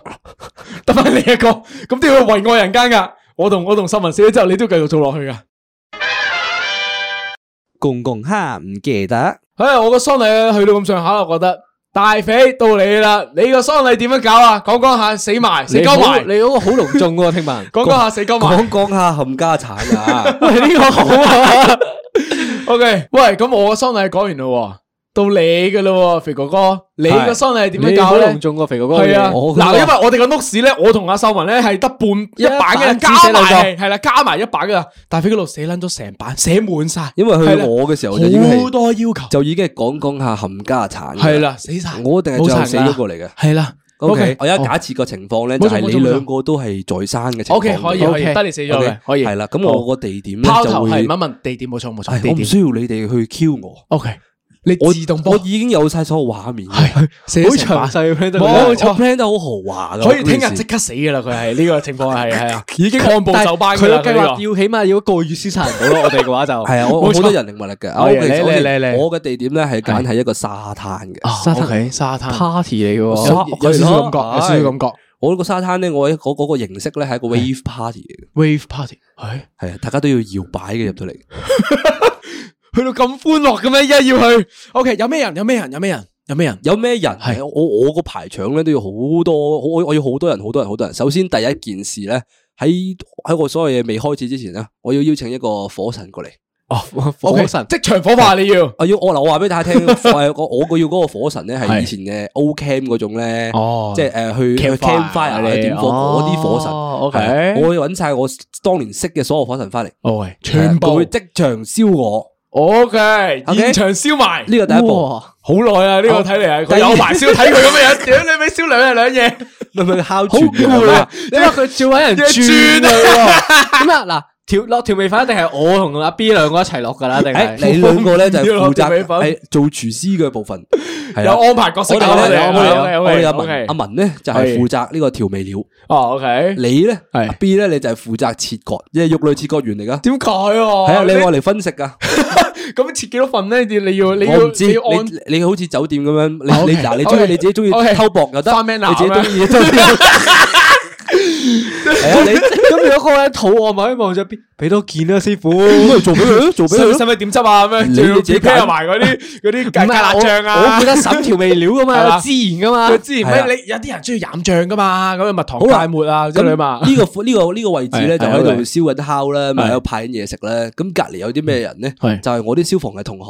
得翻你一個，咁都要為愛人間噶。我同我同秀文死咗之後，你都要繼續做落去噶。
公公哈啊唔記得。
唉，我個喪禮去到咁上下啦，我覺得大肥到你啦，你個喪禮點樣搞啊？講講下死埋，死
你
鳩
好
埋，
你嗰個好隆重喎，聽 聞。
講講下死鳩埋。
講講下冚家產啊！
喂，呢個好啊！
OK，喂，咁我嘅喪禮講完啦，到你噶啦，肥哥哥，你嘅喪禮係點
你
樣搞
好
咧
隆？重過肥哥哥嘅
系啊，
我
嗱，因為我哋個 notes 咧，我同阿秀文咧係得半一版嘅，
版
加
紙寫
埋
兩
係係啦，加埋一版噶啦，但係飛哥佬寫撚咗成版，寫滿晒，
因為
係啦
去我嘅時候就已經係
好多要求，
就已經係講講下冚家產㗎。
係啦，啊死晒，
我一定係最後死嗰個嚟嘅。
係啦
O K，我而家
好
假設個情況咧，
哦冇
就
錯
係你
冇錯
兩個都係在生嘅情況。
，OK，可以可以，
OK，
得你死咗嘅，可以，
係啦。咁
好
我個地點咧
哦拋
就
頭
會
係問，問地點，冇錯冇
唉我
錯，地
唔
點
需要你哋去 Q 我，
，OK，你
我
自動幫
我已經有晒所有畫面，
係寫
好
咗成版
詳細 plan 得
冇
我
錯
plan 得好豪華㗎
可以
嗰件
聽日即
事
刻死噶啦，佢係呢個情況係係啊，已經按部就班
佢
㗎啦
嘅計劃要起碼要一個月先殺人到咯，我哋嘅 話就
係啊，我我
冇
好
錯
多人力物力嘅。
嚟
OK，
嚟
首先
嚟嚟
我嘅地點咧係揀喺一個沙灘嘅。
沙灘沙灘，
party 嚟嘅
有
喎，
有少少感覺，有少少感覺。
我個沙灘咧，我嗰嗰個形式咧係一個 wave party 嚟
Wave party，係
嘅，係啊，大家都要搖擺嘅入到嚟。
去到咁歡樂嘅咩？一要去，OK，有咩人？有咩人？有咩人？有咩人？
有咩人？
係
係我我個排場咧都要好多，我我要好多人，好多人，好多人。首先第一件事咧，喺喺我所有嘢未開始之前咧，我要邀請一個火神過嚟。
火神
即場哦火化你要。
我要我嗱，我話俾大家 聽，誒我我個要嗰個火神咧
係
係以前嘅 O Cam 嗰種咧，
哦
即係誒去去
Campfire
campfire 啊
嗰啲
點火
哦
嗰啲火神。
OK
係啊我要揾晒我當年識嘅所有火神翻嚟，
哦喂，全
係啊佢
部
會即場燒我。
OK，
OK
現場燒埋
呢個第一步。
好耐啊！呢個睇嚟係佢有埋燒睇佢咁嘅樣，屌你咪燒兩日兩夜，
咪咪哮
好
喘㗎
攰啊！因為佢照揾人轉
轉
啊喎，咁啊嗱，調落調味粉一定係我同阿 B 兩個一齊落㗎啦，定
哎
誒，
係
你兩個咧就係
要落
負
地
責
尾粉
係做廚師嘅部 分，係啦
有。安排角色
我哋咧，
搞
我
我哋啊
哋我哋阿
我
文
哋
阿文咧就
係
係負責呢個調味料，
哦 OK，
你咧
係
阿 B 咧你就係負責切割，即係肉類切割員嚟噶。
點解啊？
係啊，你我嚟分食噶，
咁切幾多份咧？你你要你要
我唔知
你要按
你你好似酒店咁樣，
啊
你你
OK，
嗱你中
OK，
意你自己中意
OK，
偷薄又得，
花 man 啊
你自己
咁樣
中意偷薄。係啊， 你
咁如果嗰個人肚餓，咪可以望咗 B，俾多件啦，師傅。
咁做俾佢咯，做俾
使
佢
使
咯。
唔使點執啊？咁樣
你
仲要
你自己
prepare
揀
埋嗰啲嗰啲芥
係
辣醬
我我
啊
負。責審調味料㗎
係啦
嘛，自然㗎嘛
佢。之前
係啊
咩？你有啲人中意飲醬噶嘛？咁樣蜜糖
好啦
芥末啊之
咁
類嘛。
呢個呢個呢個位置
係
咧就
係
喺度
係
燒緊烤啦，咪
係
喺度派緊嘢食啦。咁隔離有啲咩人咧？
係
就係我啲消防嘅同學。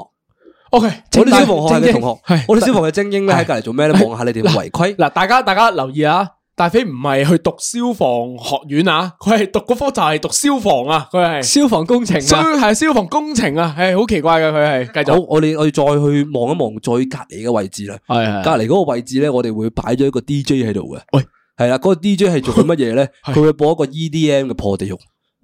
OK，
我啲
正
消防學系嘅
正
同學
係，
我哋消防嘅精英咧喺隔離做咩咧？望下你哋有冇違規。
嗱，大家大家留意啊！大飛唔係去讀消防學院啊，佢係讀嗰科就係讀消防啊，佢係
消防工程
消
啊，
係消防工程啊，係好奇怪嘅佢係繼
好，
續
我哋我哋再去望一望再隔離嘅位置啦。
係
隔離嗰個位置咧，我哋會擺咗一個 DJ 喺度嘅。
喂，
係 啦，嗰個 DJ 係做緊乜嘢咧？
係
佢會播一個 EDM 嘅破地獄，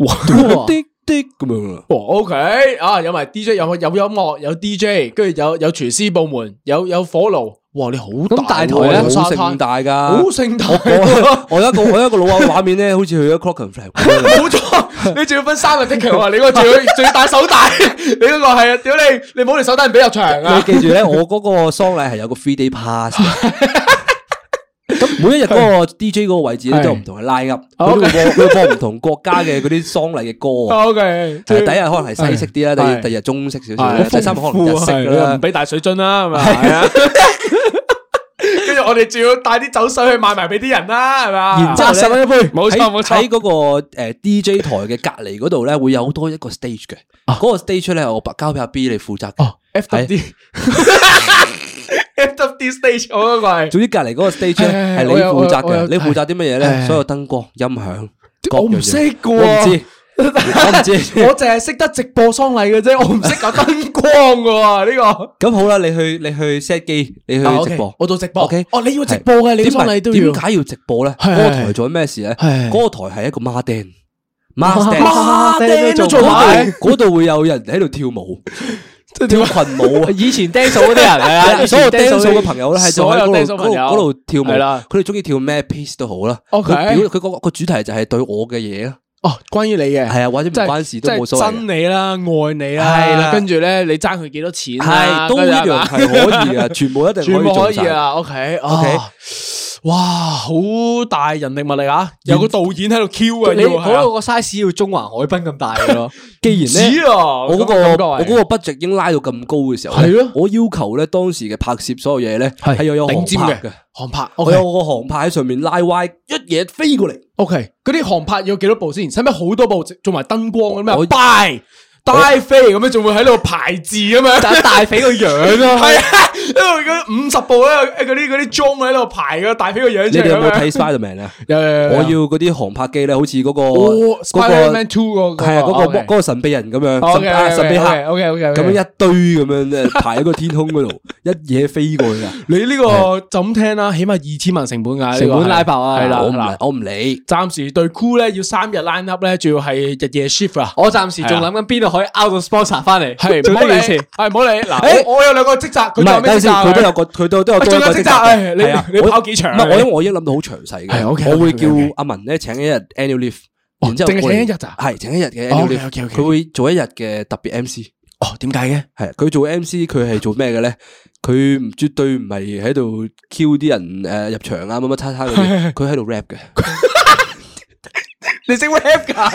哇
滴滴咁樣啊。
哦，OK 啊，有埋 DJ，有有音樂，有 DJ，跟住有有廚師部門，有有火爐，哇，你好
咁大台
喎
咧
個
啊好
沙
盛
灘，
大㗎。
好盛大喎，
我我有一個我有一個老畫面咧，好似去咗 Clock and Flag 咁樣。
冇錯，你仲要分三個 ticket 喎，你 嗰個仲要仲要戴手帶，你嗰個係啊，屌你，你冇條手帶唔俾入場
你
啊，
記住咧， 我嗰個喪禮係有個 three day pass 嘅。咁每一日嗰個 DJ 嗰個位置咧都有唔同嘅 line up，佢都會播佢會播唔同國家嘅嗰啲喪禮嘅歌啊。
，OK，
係第一日可能係西式啲啦，第二
哦係
第二日中式少少
係
啦，第三日可能日式
係唔
啦。
俾大水樽啊啦，係咪啊？跟住我哋仲要帶啲酒水去賣埋俾啲人啦，係咪啊？
然之後
八十蚊
咧，
一杯，冇錯
喺喺
冇錯，
嗰個誒 DJ 台嘅隔離嗰度咧，會有多一個 stage 嘅。
啊
嗰個 stage 咧，我交俾阿 B 你負責嘅。
F D F D stage 我嗰個係。
總之隔離嗰個 stage
係係
咧
係
係你
我有
負責
我有我
嘅，
有
你負責啲乜嘢
係
咧？所有燈光、音響，各
我唔
樣嘢
識嘅喎
我唔知，我唔知。
我淨係識得直播喪禮嘅啫，我唔識搞燈光噶喎呢
咁好啦，你去你去 set 機，你
個。
去直播。
我做直播。
O K，
哦，你要直播嘅，你
點
喪禮
解
都要
點。解要直播咧？
係
嗰個台做緊咩事咧？
係
嗰個台係一個孖釘，孖釘，
孖釘都做埋
嗰度嗰度會有人喺度跳舞，跳群舞啊！
以前 dance 嗰啲人係啊，
所有 d a
數
嘅朋友咧，係就喺
所有
嗰
dance
度
嘅朋友
嗰度跳舞
係啦
佢哋中意跳咩 piece 都好啦。
OK
佢表佢個個主題就係對我嘅嘢啦，
哦，關於你嘅。
係啊，或者唔
即係
關事都冇所謂
即係
嘅。
憎你啦，愛你啦，
係啦
跟住咧你爭佢幾多錢啦，
係
à,
都一
跟住係
樣
嘛
係可以啊，全部一定可
全
以
部可
做
以
晒。
啊，OK
OK 哦
啊，哇，好大人力物力啊，有個導演喺度 Q 啊，
你
要係啊
嗰個 size 要中環海濱咁大嘅咯，
既
唔
然咧
止。啊，
我嗰、個
咁感覺係
我嗰個 budget 已經拉到咁高嘅時候呢，
係咯
我要求咧當時嘅拍攝所有嘢咧係又有
頂
航
尖
拍嘅
嘅，航拍
我
，OK
有個航拍喺上面拉歪，一嘢飛過嚟，
OK，嗰啲航拍要幾多部先？使唔使好多部做埋燈光咁
我
樣？拜大肥咁樣，仲會喺度排字咁 樣，
但係大肥個樣咯，
係啊，因為嗰五十步咧，嗰啲嗰啲 z o o 喺度排個大肥個樣
你
出嚟
哋有
咁
冇
樣。
睇 Spiderman 啊？
有有有有
我要嗰啲航拍機咧，好似嗰個
哦
嗰個
，Spider-Man Two 嗰個哦
係啊，嗰個
OK
嗰個神秘人咁樣，
OK，
神啊神秘客
OK，OK，OK，OK
咁樣一堆咁樣咧，排喺個天空嗰度，一嘢飛過去啊！
你呢個就咁聽啦，起碼二千萬成本㗎，
成本拉爆啊
係啦，
我唔
係啦
理我唔理，
暫時對 cool 咧要三日 line up 咧，仲要係日夜 shift 啊。
我暫時仲諗緊邊度可以 out 到 sponsor 翻嚟，
係唔
做
好
呢
理，
件
係
事。
唔好理。嗱，
誒
我我有兩個職責，
唔
佢仲有
係
咩
等陣
職
先，
責？
佢都有個佢都都有
喂仲有
多一個
職責
嘅
誒你
係啊
你
我
跑幾場
唔係，
啊
我因為我已經諗到好詳細
係
嘅，
，OK，
我會叫
OK，OK，OK
阿文咧請一日 annual leave，
哦
然之後
淨係
過嚟
請一日咋哦
係請一日嘅 annual leave，
OK，OK，OK
佢會做一日嘅特別 MC。
哦，點解嘅？
系佢做 MC，佢係做咩嘅咧？佢唔絕對唔係喺度 Q 啲人诶入場啊，乜乜叉叉嗰啲，佢喺度 rap 嘅。
你識 rap 噶？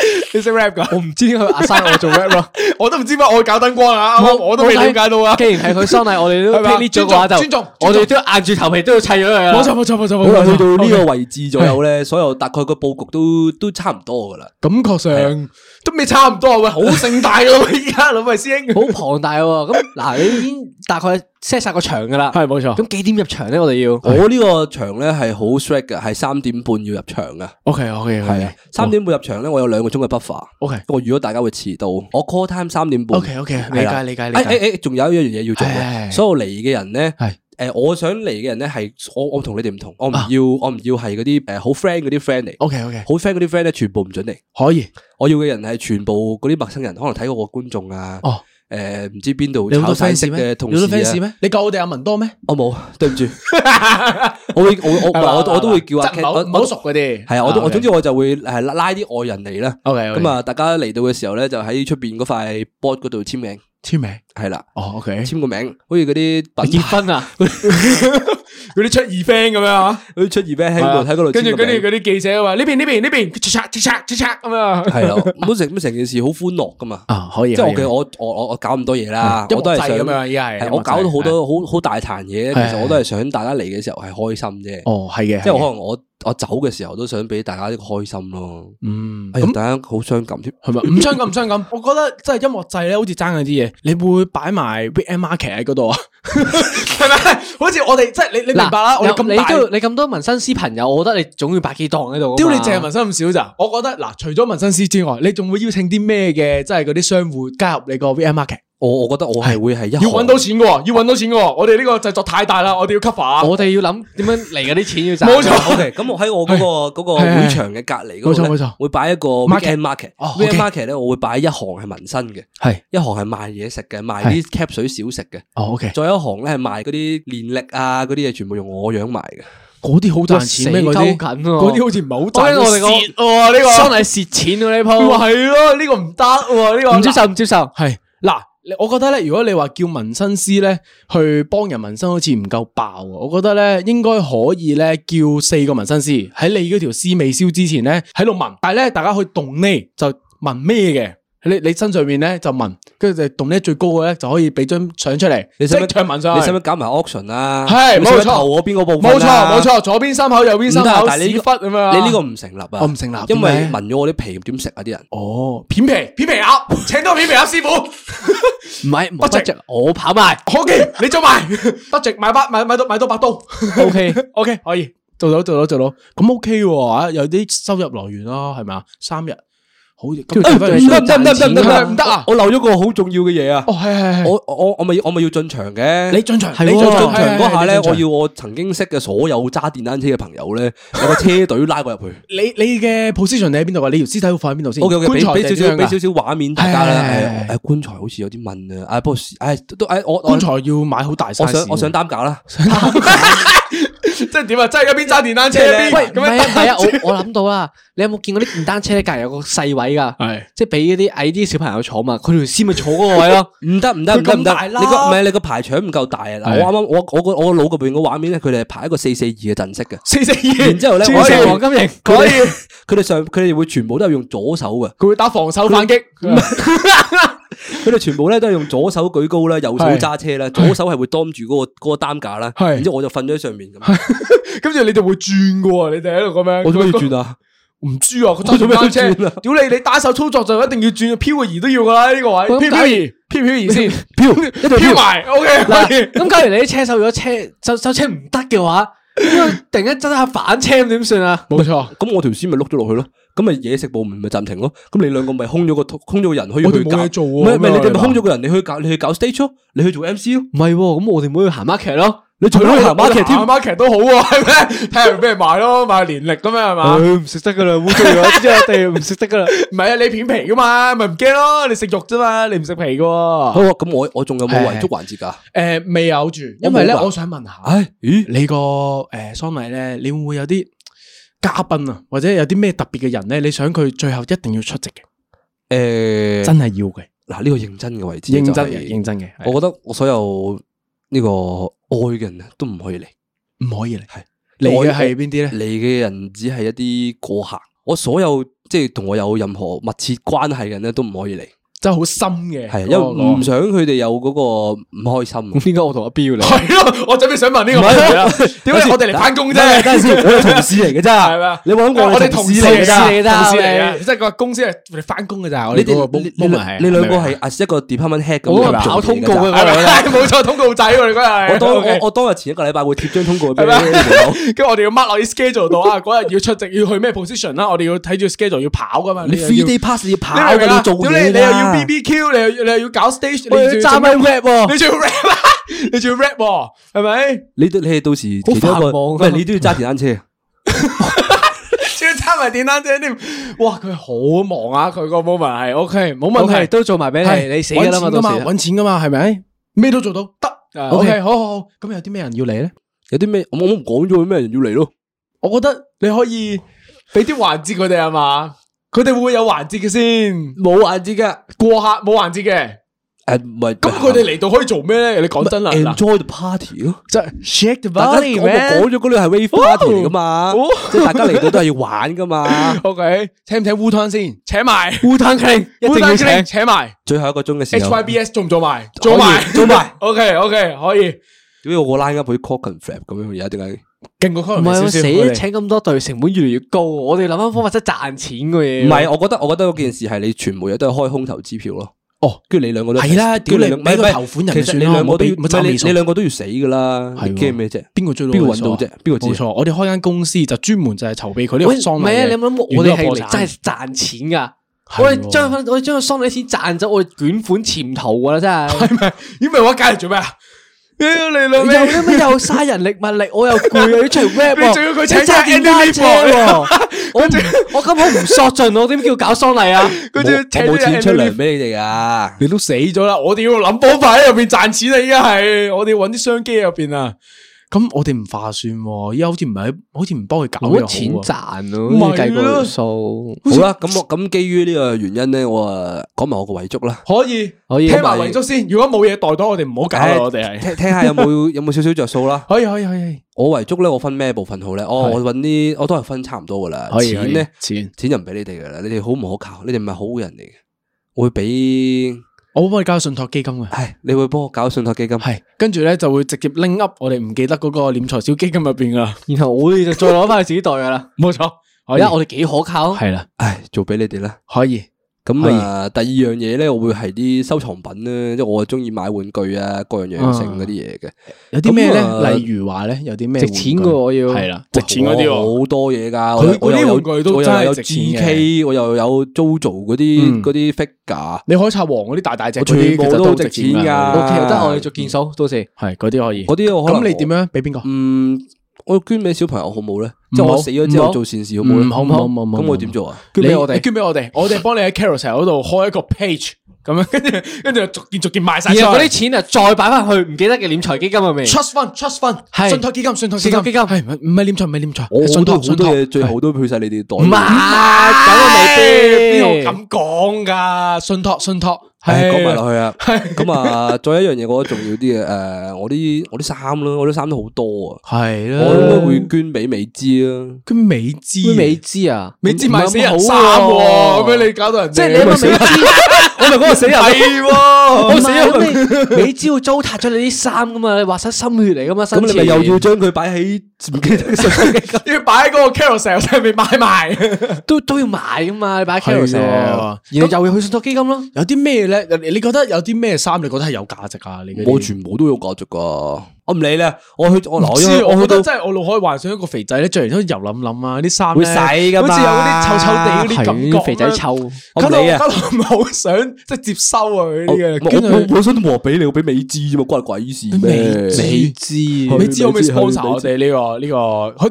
你識 rap 噶？
我唔知點解佢阿生我做 rap 咯，
我都唔知乜，我搞燈光啊，啱啱我都未了解到啊。
既然係佢喪禮，我哋 都
係嘛
take 咗嘅話就，
尊重尊重
我哋都要硬住頭皮都要砌咗佢啊。
冇錯冇錯冇錯
好
冇
啦，
錯，
去到呢個位置左右咧，所有大概個佈局都都差唔多噶啦。
感覺上都未差唔多啊喂，啊好盛大咯 喂，依家老喂師兄。
好龐大喎。咁 嗱，你已經大概 set 晒個場㗎啦。
係冇錯
咁幾點入場咧？我哋要
我呢個場咧係好 strict 嘅，係三點半要入場噶。
OK OK
係啊，三點半入場咧，我有兩個鐘嘅 buffer。
OK
我預咗大家會遲到，我 call time 三點半。
OK，
係
理解
啦
理解
誒
理解
誒誒，哎仲有一樣嘢要做
係係
嘅，
係
所有嚟嘅人咧，
係啊
誒，我想嚟嘅人咧係我我同你哋唔同，我唔要我唔要係嗰啲誒好 friend 嗰啲 friend 嚟。
OK OK，
好 friend 嗰啲 friend 咧，全部唔准嚟。
可以。
我要嘅人係全部嗰啲陌生人，可能睇過我觀眾啊，
哦，
誒唔知邊度
你好
炒
多
晒色
fans 咩
嘅？同
你好多
事
fans
啊，
咩？你夠我哋阿文 多咩？
我冇，對唔住，我會我我我我我都會叫阿
即係唔好
Cat，
唔好熟嗰啲。
係啊，我都
啊
我
，OK
總之我就會係拉拉啲外人嚟啦。
OK，OK
咁啊，大家嚟到嘅時候咧，就喺出邊嗰塊 board 嗰度簽名，
簽名。
係啦，
哦，OK。
簽個名，好似嗰啲品
結
牌
婚啊！
嗰啲出二 friend 咁樣啊。
好似出 event 喺嗰度喺嗰度
跟
簽
住
個
跟住
名，
嗰啲記者話呢邊呢邊呢邊，嚓嚓嚓嚓嚓咁啊。
係啦，咁成咁成件事好歡樂噶嘛。
啊，可以
即係我嘅我我我我搞咁多嘢啦，嗯
音樂
我都係
祭
想
咁樣依家係
係
音樂
我搞到好
啊
祭
多好好大壇嘢，其
係
實我都係想大家嚟嘅時候係開心啫。
哦，係嘅，
即係我可
係嘅
能我我走嘅時候都想俾大家一個開心咯。
嗯
哎呀，大家好傷感添。
係 咪唔傷咁唔傷咁？我覺得真係音樂祭咧，好似爭緊啲嘢。你會擺埋 weekend market 喺嗰度啊？係咪？好似我哋即係你你明白啦？我哋
嗱
咁
你
大
都你咁多紋身師朋友，我覺得你總要百幾檔喺度㗎嘛。
屌你淨係紋身咁少咋？我覺得嗱，除咗紋身師之外，你仲會邀請啲咩嘅，即係嗰啲商戶加入你個 VM market？
我我覺得我係會係一
要揾到錢嘅喎，要揾到錢嘅喎。我哋呢個製作太大啦，我哋要 cover 啊。
我哋要諗點樣嚟嗰啲錢要賺。
冇錯
O K，咁我喺我嗰個嗰個
係
會場嘅隔離嗰度
冇錯冇
咧
錯，
會擺一個
Market
weekend market。
哦，OK
weekend market 咧，我會擺一行係紋身嘅，
係
一行係賣嘢食嘅，賣啲 cap 水小食嘅，
哦，OK，
再有一行咧係賣嗰啲年歷啊嗰啲嘢，全部用我樣賣嘅。
嗰啲好賺錢咩？
哇
嗰
死
啲
鳩緊喎啊
嗰啲好似唔係好
我
賺
覺得我哋個
蝕喎呢
喪
個。
禮蝕錢喎呢
佢
鋪，
話係咯，呢個唔得喎，呢個
唔接受唔接受。
系嗱，你我覺得咧，如果你話叫紋身師咧去幫人紋身，好似唔夠爆啊！我覺得咧應該可以咧叫四個紋身師喺你嗰條絲未燒之前咧喺度紋，但係咧大家去動呢就紋咩嘅。你你身上面咧就紋，跟住就動呢最高嘅咧就可以俾張相出嚟，
你
即
使唔使
場紋上
你
去
使唔使搞埋 auction 啊？
係
你使唔使
冇錯
投我邊個部分
冇錯
啊
冇錯，左邊心口右邊心
唔得啊
口
但係你
屎
呢
忽
個
咁樣。哦
你呢個唔成立啊！
我唔成立
因為
點解
紋咗我啲皮點食啊啲人。
哦片皮片皮 鴨，請多片皮鴨師傅。
唔係
不值
不值，我跑埋。
好嘅， 你做埋，得值買把買買到買到把刀。
OK
OK，可以做到做到做到，咁 OK 喎，啊有啲收入來源啦，係咪啊？三日好似咁
哎
唔
唔
得
得
唔得唔
唔得
得唔得
唔得唔
唔得唔
得唔得
唔得
得
啊
啊！我漏咗個好重要嘅嘢啊！
哦係係係，
我我我咪要我咪要進場嘅。
你進場，
係
你進
喎
進
進
場
場
嗰下咧，
係係係你進場
我要我曾經識嘅所有揸電單車嘅朋友咧，有個車隊拉我入去。
你你嘅 position 你喺邊度啊？你條屍體會放喺邊度先
O K O K，
棺材
俾俾
定
少
點
少
樣
俾
㗎
少少畫面大家啦。
係係係係
誒誒棺材好似有啲問啊，唉不過唉都唉我我
棺材要買好大 size
我想我想擔架啦。
即係點啊？即係一邊揸電單車
即係
一
你
邊
喂，唔
咁樣
係啊，唔係啊，我我諗到啦。你有冇見過啲電單車咧？隔離有個細位㗎，
係
即係俾嗰啲矮啲小朋友坐嘛。佢條絲咪坐嗰個位咯。
唔得唔得唔
佢
得
咁
唔得
大！
你
啦
個唔係你個排場唔夠大啊！嗱，
係
我啱啱我我個我個腦入邊個畫面咧，佢哋係排一個四四二嘅陣式嘅。
四四二，
然之後咧
黐
我
線
喺
黃
度
金型，
佢哋佢哋上佢哋會全部都係用左手嘅，
佢會打防守反擊，
음.
佢哋全部咧都係用左手舉高啦，右手
係
揸車啦，左手係會當住嗰個嗰個擔架啦，
係
然之後我就瞓咗喺上面咁。
跟住你就會轉嘅喎，你哋喺度咁樣。
我做咩要轉啊？
唔知啊，佢揸住單車，
佢做咩要轉啊
屌你！你單手操作就一定要轉，漂移都要噶啦呢個位，
喂咁
漂漂移，漂漂移先，
漂 一定要
漂
漂
埋，OK，
嗱，
可以
咁假如你啲車手如果車手手車唔得嘅話，因為突然間真係反車咁點算啊？
冇錯，
咁我條線咪碌咗落去咯，咁咪嘢食部門咪暫停咯，咁你兩個咪空咗個空咗個人可以
我哋
去
冇
搞，
嘢做喎
唔係唔係
咁樣
你哋咪
係嘛
空咗個人，你去搞你去搞 stage 咯，你去做 MC 咯，
唔係喎，咁我哋唔去行 market 咯，
你仲要去行 market
啊行
添，
market 都好喎，係咩？ 睇下俾人賣咯，賣年歷咁樣係嘛？
唉唔食得噶啦，污糟咗，之後地唔食得噶啦。
唔係啊，你片皮噶嘛，咪唔驚咯，你食肉啫嘛，你唔食皮噶
好。啊，咁我我仲有冇遺
係
囑環節㗎？
诶，未有住，因為咧，
我冇㗎
我想問下，
唉，咦，
你個诶喪禮咧，你會唔會有啲嘉賓啊，或者有啲咩特別嘅人咧，你想佢最後一定要出席嘅，
誒，
真係要嘅，
嗱呢個認真嘅位置，
認真嘅，認真嘅，
我覺得我所有呢個愛嘅人啊都唔可以嚟，
唔可以嚟。
係
你嘅
愛
係邊啲咧？
嚟嘅人只係一啲過客，我所有即係同我有任何密切關係嘅人咧都唔可以嚟，
真係好深嘅，
係因
嗰
為
個
唔想佢哋有嗰個唔開心。啊
咁點解我同阿 Bill 嚟？
係咯，我準備想問呢個
唔
問 題啦
係，
點解我哋嚟 翻工啫？
等陣先，我哋同事嚟嘅咋？
係咪啊
你冇諗過
我哋
同
同
事
事
嚟
嚟
嘅
㗎
咋？
同事
我哋
嚟嘅，即係個公司係嚟翻工嘅咋。我
你
哋嗰
哋
個
你
moment
你
係
你兩個
明唔明
係
啊
啊一個 department head 咁
我
樣
係
做
跑通
嘢
告
㗎咋
嘅
係咪？冇錯，通告仔喎，你嗰日
我當我
OK
我當日前一個禮拜會貼張通告俾你
係咪啊
哋
跟住我哋要 mark 落啲 schedule 度啊，嗰日要出席，要去咩 position 啦，我哋要睇住 schedule 要跑噶嘛。
你
又
three
要
day pass 你要跑
你明
嘅，你
唔明啊
要做
屌
嘢
你你又要
㗎
BBQ，你又你又要搞 stage，
我要
你
揸咪 rap 喎，
你仲要 rap 啊， 你仲要 rap 喎，係咪？
你都你哋到時其中一
好繁
個，
忙
唔
啊
係你都要揸電單車。
仲要揸埋電單車添，哇！佢好忙啊，佢個 moment 係 OK，冇問
問
題
題。都做埋俾
係
你，你死㗎啦嘛，
搵錢㗎
到時
搵錢噶嘛，係咪？咩都做到得。啊
OK
OK，好好好。咁有啲咩人要嚟咧？
有啲咩？我我唔講咗有咩人要嚟咯。
我覺得你可以俾啲環節佢哋係嘛？佢哋會唔會有環節嘅先？
冇環節嘅，
過客冇環節嘅。
誒唔
啊
係。
咁佢哋嚟到可以做咩咧？你講真啦，嗱
enjoy the party 咯。
即係 shake the
大家我咪講
man。
咗嗰啲係 wave party 嚟噶嘛
哦，
即係大家嚟到都係要玩噶 嘛。
OK，請唔請烏湯先？請埋
烏吞 king 一定要
Wu-Tang
請
Clan，。請埋
最後一個鐘嘅時候，
HYBS 做唔做埋？做埋
可以做 埋。
OK OK，可以
屌我個 line up 好似 cock and flap 咁樣，而家點解？
勁過 c o
唔
n
係
少少。
我死
我哋
請咁多隊，成本越嚟越高。我哋諗翻方法真係賺錢嘅嘢。
唔係，我覺得我覺得嗰件事係你全部嘢都係開空頭支票咯。
哦，
跟住你兩個都
係啦
跟住
屌
兩
你
唔係
俾
唔係
個頭款人
其實
就算
你
啦
兩個
我
都要
俾
唔
咪揸
係
尾
你
數
你兩個都要死噶啦，
係
你
喎
驚咩啫？
邊個追到
邊個
位數
揾到
啊
啫？邊個知
冇
啫？
錯，我哋開間公司就專門就係籌備佢呢個
喂，
喪
唔
禮
係
嘅。
啊！你諗諗，我哋
原
係
來
嚟真係賺錢噶。我哋將翻，我哋將個喪禮錢賺走，我哋捲款潛逃噶啦，真係。
係咪？咦咪我隔離做咩啊？屌你老
又
味！
咩咩又嘥人力物力，我又攰，又要 出嚟 rap 喎
你仲要佢請
你揸電單車
啊
喎， 我唔我根本唔索盡，我點叫搞喪禮啊？
佢仲要
我
請
冇
啲
錢出
Andy
糧俾你哋噶。
你都死咗啦！我哋要諗方法喺入邊賺錢啊！依家係我哋要揾啲商機喺入邊啊！咁我哋唔划算喎，依家好似唔係，好似唔幫佢搞呢個
冇乜錢
好啊。
賺咯，
咪
你計過條
咯
數，
好啦，咁我咁基於呢個原因咧，我啊講埋我個遺囑啦。
可以，
可以
聽埋遺囑先。如果冇嘢代到，我哋唔好搞啦。
唉
我哋係
聽聽下有 冇有冇少少着數啦。
可以，可以，可以，
我遺囑咧，我分咩部分好咧？哦，
係
我揾啲我都係分差唔多噶啦。
可以
錢咧，
錢，
錢就唔俾你哋噶啦，你哋好唔可靠，你哋唔係好嘅人嚟嘅。我會俾，
我幫你搞信託基金嘅。
唉，你會幫我搞信託基金。
係，跟住咧就會直接拎 up 我哋唔記得嗰個斂財小基金入邊噶啦。
然後我哋就再攞翻去自己袋噶啦。
冇錯，可
而
以
家我哋幾可靠啊？
係啦，
唉，做俾你哋啦。
可以。
咁
可以
啊，第二樣嘢咧，我會係啲收藏品咧，即係我中意買玩具啊，各樣樣性嗰啲嘢嘅。
有啲咩咧
咁啊？
例如話咧，有啲咩
值錢嘅我要
係啦，值錢嗰啲
哇
喎。
好多嘢噶，
佢
我
嗰啲
又有
玩具都
我又
真係
有
值錢
GK，我又有 JoJo 嗰啲
嗯
嗰啲 figure，
你海賊王嗰啲大大隻
我
嗰啲
全部
其實
都
都
值
值錢
錢㗎
噶，
，OK，得我哋做件數，到時
系嗰啲可以。
嗰啲我可能
咁你點樣俾邊個？
嗯，我捐俾小朋友好冇咧？
唔
即系我
好
死咗之後
唔好嗯
做善事好冇咧？
唔好唔好唔好唔好
咁我點做啊？
捐俾我
你
哋。
捐俾我哋，我哋幫你喺 Carousel 嗰度開一個 page，咁樣跟住跟住逐件逐件賣晒出
然後嗰啲
去。
錢啊，再擺翻去唔記得嘅斂財基金入啊面。
trust fund trust fund
係
信託基金信託
信託基金
係唔係念錯唔係念錯，
我
係
好
信
多
託
好
信
多
託
嘢最好都去晒你哋袋。
唔係，咁啊未
邊
必。
度咁講㗎？信託信託
唉，講埋落去啊。
係
咁 啊，再一樣嘢，我覺得重要啲嘅，诶，我啲我啲衫啦，我啲衫都好多啊，
係啦
我應該會捐俾美姿啊。
捐美資，
咩美知啊？
美資賣死人
唔係
衫
好
喎，咁啊樣你搞到人哋
即係你一個美知，我咪嗰個死人咯。
係喎，
我死咗美知會糟蹋咗你啲衫噶嘛？你話晒心血嚟噶嘛？
咁
咁
你咪又要將佢擺喺唔記得信 心基金
要摆喺嗰个 carousel 上面买埋。
都都要買噶嘛，你擺 c a r
係啊
然後又要去信託基金咯。
有啲咩咧？你你觉得有啲咩衫你觉得系有价值啊？你嗰啲
我全部都有價值噶，我唔理啦。我去我嗱，
唔
我
知
去
我
我去
覺得
到
真係我腦海幻想一個肥仔咧，着完都油冧冧啊，啲衫
會
咧
洗㗎嘛
好似有嗰啲臭臭地嗰啲感覺
係
咧，
肥仔臭，
我唔理啊
搞到我好想即係接收啊佢
我
啲嘅，
我我
跟住
本身都冇話俾你，我俾美芝啫嘛，關鬼事咩？
美芝
美芝，
美芝可唔可以 sponsor 我
美芝
哋呢個呢個？佢誒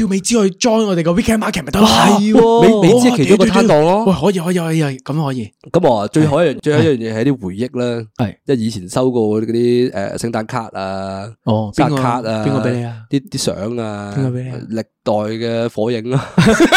叫美芝去 join 我哋個 weekend market 咪得咯？哦
係喎美美芝係其中一個攤檔咯
喂，可以可以可以可以，咁可以。
咁我話最後一樣最後一樣嘢係啲回憶啦，
係
即係以前收過嗰啲誒聖誕卡啊，
어,
哦
生日
邊個
卡
아.
啊，
邊個俾你啊？
啲啲相啊，
邊個俾你啊
歷代嘅火影啦，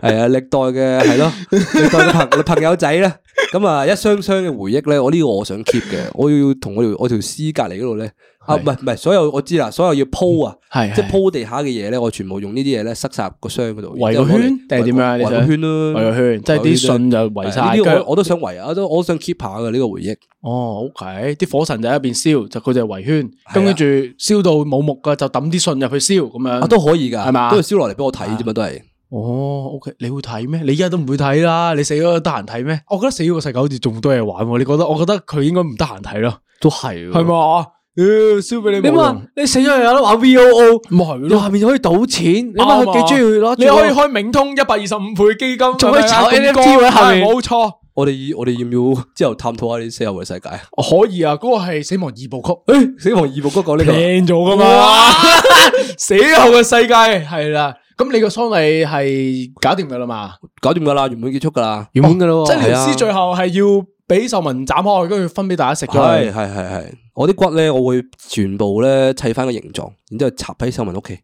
係啊，歷代嘅係咯，歷代嘅朋 朋友仔咧，咁啊一箱箱嘅回憶咧，我呢個我想 keep 嘅，我要同我條我條絲隔離嗰度咧，啊唔
係
係唔係，所有我知啦，所有要鋪啊。
係
即係鋪地下嘅嘢咧，我全部用呢啲嘢咧塞晒入個箱嗰度，然
圍
之後
個
攞嚟
圈定係點樣啊你
圍個
想
圈咯，
圍個圈即係啲信就圍晒
呢啲
跟住
我我都想圍啊，都我都想 keep 下嘅呢個回憶。
哦，OK，啲火神就喺入邊燒，就佢就圍圈，咁
係啊
跟住燒到冇木嘅就抌啲信入去燒咁樣
啊，。都可以噶，
嗯係嘛
都係燒落嚟俾我睇啫嘛，都係。
哦，OK，你會睇咩？你而家都唔會睇啦，你死咗都得閒睇咩？ 我覺得死咗個世界好似仲多嘢玩喎，你覺得？我覺得佢應該唔得閒睇咯，
都係
係
喎。
嘛？啊屌，燒俾你
你
冇用
話，你死咗又有得玩 V O O，
咪係
又下
咯，
面可以賭錢，你話佢幾中意攞住
啊你可以
個？
開明通一百二十五倍基金，
仲可以炒
係咪啊
NFT 喎下面
冇錯，
我哋我哋要唔要之後探討下啲死後嘅世界？
可以啊，嗰個係死亡二部曲。
誒，死亡二部曲講呢 個，
plan 咗噶嘛
哇？
死後嘅世界係啦，咁你個喪禮係搞掂噶啦嘛？
搞掂噶啦，原本結束噶啦，
原本噶咯
即係
喎，
條
係啊
屍最後係要俾壽民斬開，跟住分俾大家食咗
係係
佢。
係係。我啲骨咧，我會全部咧砌翻個形狀，然之後插喺秀文屋企。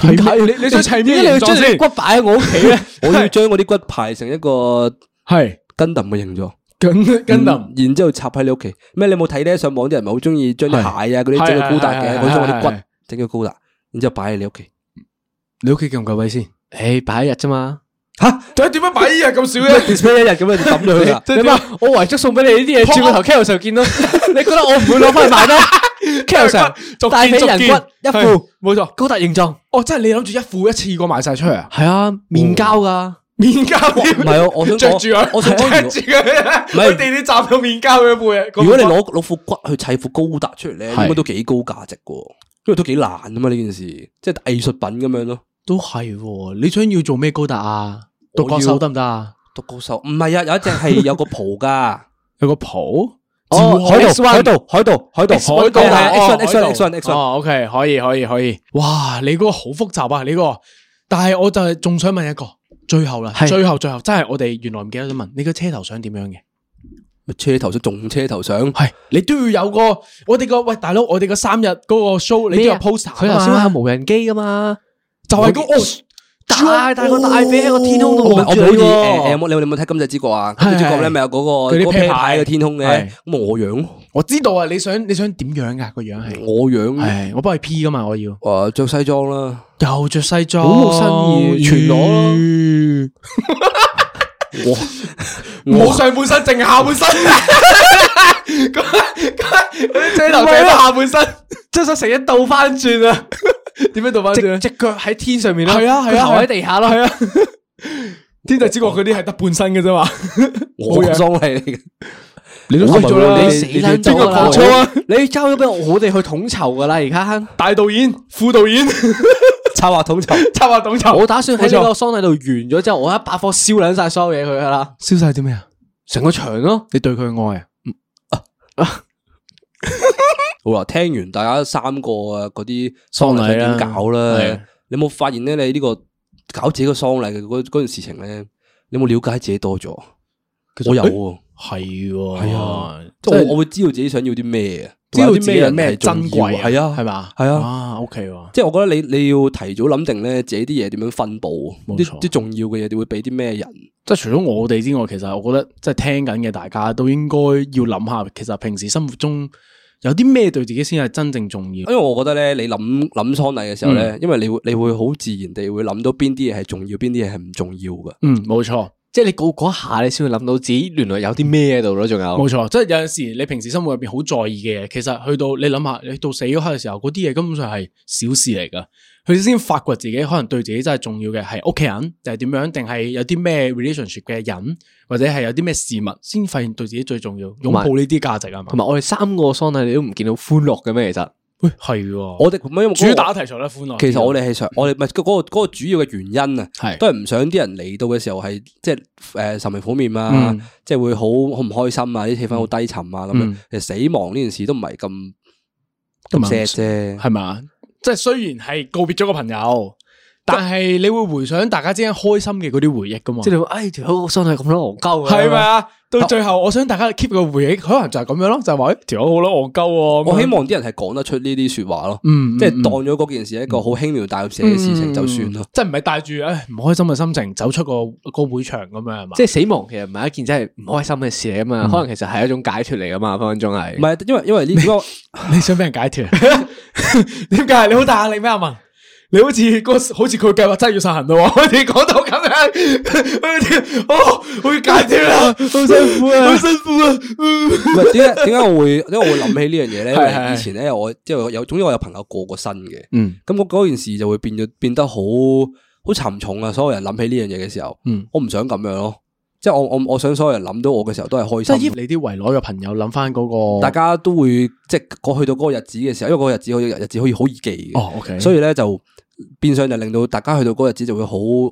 點解你你想砌咩
點解你要
形
將
狀
你
先？
骨擺喺我屋企 咧？
我要將我啲骨排成一個
係嗯
根揼嘅形狀。
跟跟林
然然之後插喺你屋企。咩？你有冇睇咧？上網啲人咪好中意將啲鞋啊嗰啲整到高達
係係
嘅，
係
佢將我啲
係係
骨整到高達，然之後擺喺你屋企。
你屋企夠唔夠位先？
誒，擺一日啫嘛。
吓
佢點解擺依日咁少咧？
display 一日咁樣就 抌咗佢啦。
你話我遺囑送俾你呢啲嘢，轉個頭 Carol 就見到， 你覺得我唔會攞翻去賣咩 ？Carol
逐
上大
件
髀
逐
人
件
骨一
係
副，冇錯，啊高達形狀，
哦，即係你諗住一副一次過賣晒出去啊？
係啊，面交噶。
面交唔
唔係啊我想講
着住佢，
我想講
着住佢，
唔係
喺地鐵站到面交嘅背。
如果你攞攞副骨去砌副高達出嚟咧，應
係
該都幾高價值嘅，因為都幾難啊嘛呢件事，即係藝術品咁樣咯。
都係喎，你想要做咩高達啊？獨角
我要
獸得唔得啊？
獨角獸唔係啊，有一隻 係有個蒲噶。
有個譜，
哦，海盜，海盜，海盜，
海
海
盜
盜，
係係
哦
X1 X1 X1
海盜
X1
哦，OK，可以可以可以，哇！你嗰個好複雜啊，你嗰個，但係我就係仲想問一個，最後啦，
係
最後最後，真係我哋原來唔記得咗問，你個車頭想點樣嘅？
咪車頭上仲車頭上，
係你都要有個，我哋個喂大佬，我哋個三日嗰個 show，你都
咩
有
啊
poster
佢頭先
啊
話
嘛
無人機噶嘛，哦
就係嗰個哦
大大個
哎
大髀喺個天空
我
度
唔係
望
我
住
冇
你
意
喎
誒有冇你有冇睇《今際之國》啊？《
係
今際之國》咧
係
咪有嗰個
佢啲
嗰個
啤
啤
牌
牌嘅天空嘅
係，
咁啊我養咯
我知道啊，你想你想點樣噶個樣係？
我養
係我幫佢 P 噶嘛，我要
誒着西裝啦。
又着西裝，
好冇新意全裸咯
咦
我
冇上半身，淨係啊下 半身。咁咁啲遮頭
唔係
遮
啊
到下半身，
真想成日倒翻轉啊！
點樣倒翻
只只腳喺天上面啦，
係啊係啊
佢頭喺地下啦，係啊，
天際之國嗰啲係得半身嘅啫嘛。
我
冇嘢
裝係你嘅，
你都
我
咗啦
咪
你
會
死
你
撚
邊
咗
個
啦！
講錯
啊
你交咗俾我哋去統籌噶啦，而家
大導演、副導演、
插話筒就
策劃統籌，
我打算喺呢個喪禮度完咗之後，我一把火燒撚晒所有嘢佢噶啦，
燒晒啲咩啊？
成個場咯，
你對佢嘅愛啊？
好啦，聽完大家三個啊嗰啲
喪禮啦
點搞啦
係，
你有冇發現咧？你呢個搞自己個喪禮嘅嗰嗰件事情咧，你有冇了解自己多咗？我有喎，
係喎，
係啊，即係我我會知道自己想要啲咩啊，
知道
同
自
埋啲
己有
人
咩
係重
珍
要
貴啊，
係啊，
係嘛，
係啊。
啊，OK 喎，
即係我覺得你你要提早諗定咧，自己啲嘢點樣分佈，
冇
啲
錯
啲重要嘅嘢，你會俾啲咩人？
即係除咗我哋之外，其實我覺得即係聽緊嘅大家都應該要諗下，其實平時生活中有啲咩對自己先係真正重要
因。為我覺得咧，你諗諗喪禮嘅時候
嗯
咧，因為你會你會好自然地會諗到邊啲嘢係重要，邊啲嘢係唔重要嘅。
嗯，冇錯，
即係你嗰嗰下你先會諗到自己原來有啲咩喺度咯，仲有
冇錯，即係有陣時你平時生活入邊好在意嘅嘢，其實去到你諗下，你到死嗰刻嘅時候，嗰啲嘢根本上係小事嚟噶。佢先發掘自己可能對自己真係重要嘅係屋企人，定係點樣，定係有啲咩 relationship 嘅人，或者係有啲咩事物，先發現對自己最重要，擁抱呢啲價值啊嘛
同。埋我哋三個喪禮你都唔見到歡樂嘅咩？其實
喂，係喎，
我哋因為嗰個
主打嗯題材咧歡樂。
其實我哋係想，我哋咪嗰個嗰個主要嘅原因啊，
係
都係唔想啲人嚟到嘅時候係即係誒愁眉苦面啊
嗯，
即係會好好唔開心啊，啲氣氛好低沉啊咁樣
嗯。啊
其實死亡呢件事都唔係咁
都唔
咁 sad
係
啫，
係嘛？即係雖然係告別咗個朋友，但係你會回想大家之間開心嘅嗰啲回憶噶嘛。
即係你會唉條友喪禮咁多戇鳩嘅，
系咪啊？到最後，我想大家 keep 個回憶，可能就係咁樣咯，就係話哎條友好啦，戇鳩喎。
我希望啲人係講得出呢啲說話咯，
嗯
即係
嗯
當咗嗰件事一個好輕描淡寫嘅事情就算咯。
即係唔係帶住唉唔開心嘅心情走出個個會場咁樣係嘛？
即係死亡其實唔係一件真係唔開心嘅事嚟啊
嗯
嘛，可能其實係一種解脱嚟噶嘛，分分鐘係
唔。係，因為因為呢 個
你想俾人解脱？ 點解？你好大壓力咩？阿文，你好似嗰好似佢計劃真係要實行咯喎， 好似講到咁 樣，哦，好要解脱 啦，好辛苦啊，好辛苦啊，嗯
唔係點解點解我會點解我會諗起呢樣嘢咧？因
係係
為
係
以前咧我即係有，總之我有朋友過過身嘅，
嗯
咁嗰嗰件事就會變咗變得好好沉重啊！所有人諗起呢樣嘢嘅時候，
嗯
我唔想咁樣咯，即係我我我想所有人諗到我嘅時候都係
即
開
係
心。
你啲圍內嘅朋友諗翻嗰個，
大家都會即係過去到嗰個日子嘅時候，因為嗰個日子可以日子可以好易記嘅，
哦，OK，
所以咧就變相就令到大家去到嗰個日子就會好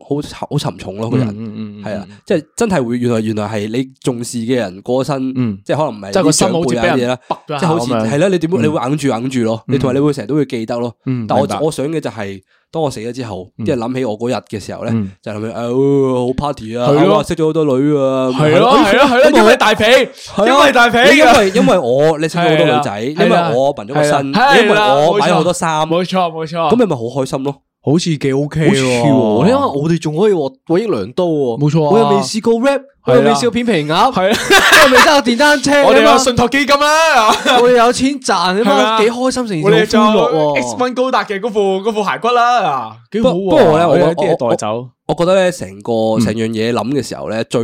好沉好沉重咯，個人。
嗯嗯
系啊，即系真系会原来原来系你重视嘅人过身，
嗯
即系可能唔系
即係個心好似俾人
嘢啦，
北咗
即
一下
系好似
咁樣
系啦，你点會你会硬住硬住咯，你同埋你会成日都会记得咯。
嗯
但我
明白
我想嘅就系当我死咗之后，啲人谂起我嗰日嘅时候咧
嗯，
就谂起诶好 party 啊，
係咯
哇识咗好多女啊，
系咯系咯系咯，因為大髀，
係啊
因為大髀
你因为因为我你识咗好多女仔，
係
因
啦
为
係啦
我紋咗個身，
係啦
因为我
冇錯
買咗好多衫，
冇錯冇錯，
咁你咪好开心咯。
好似幾 OK
好似喎，因為我哋仲可以獲獲益良多喎，
冇錯啊
我又未試過 rap，我又未試過片皮鴨，
係啊
我又未揸過電單車啊嘛，
我哋有信託基金啦，啊
我哋有錢賺啊
係啊
嘛，幾開心成件
我哋
事
仲
好歡
有
樂
X
喎。
One 高達嘅嗰副嗰副鞋骨啦，啊幾好
不
喎。
不過咧我
有啲
我
嘢帶走，
我覺得咧，成
嗯
個成樣嘢諗嘅時候咧，最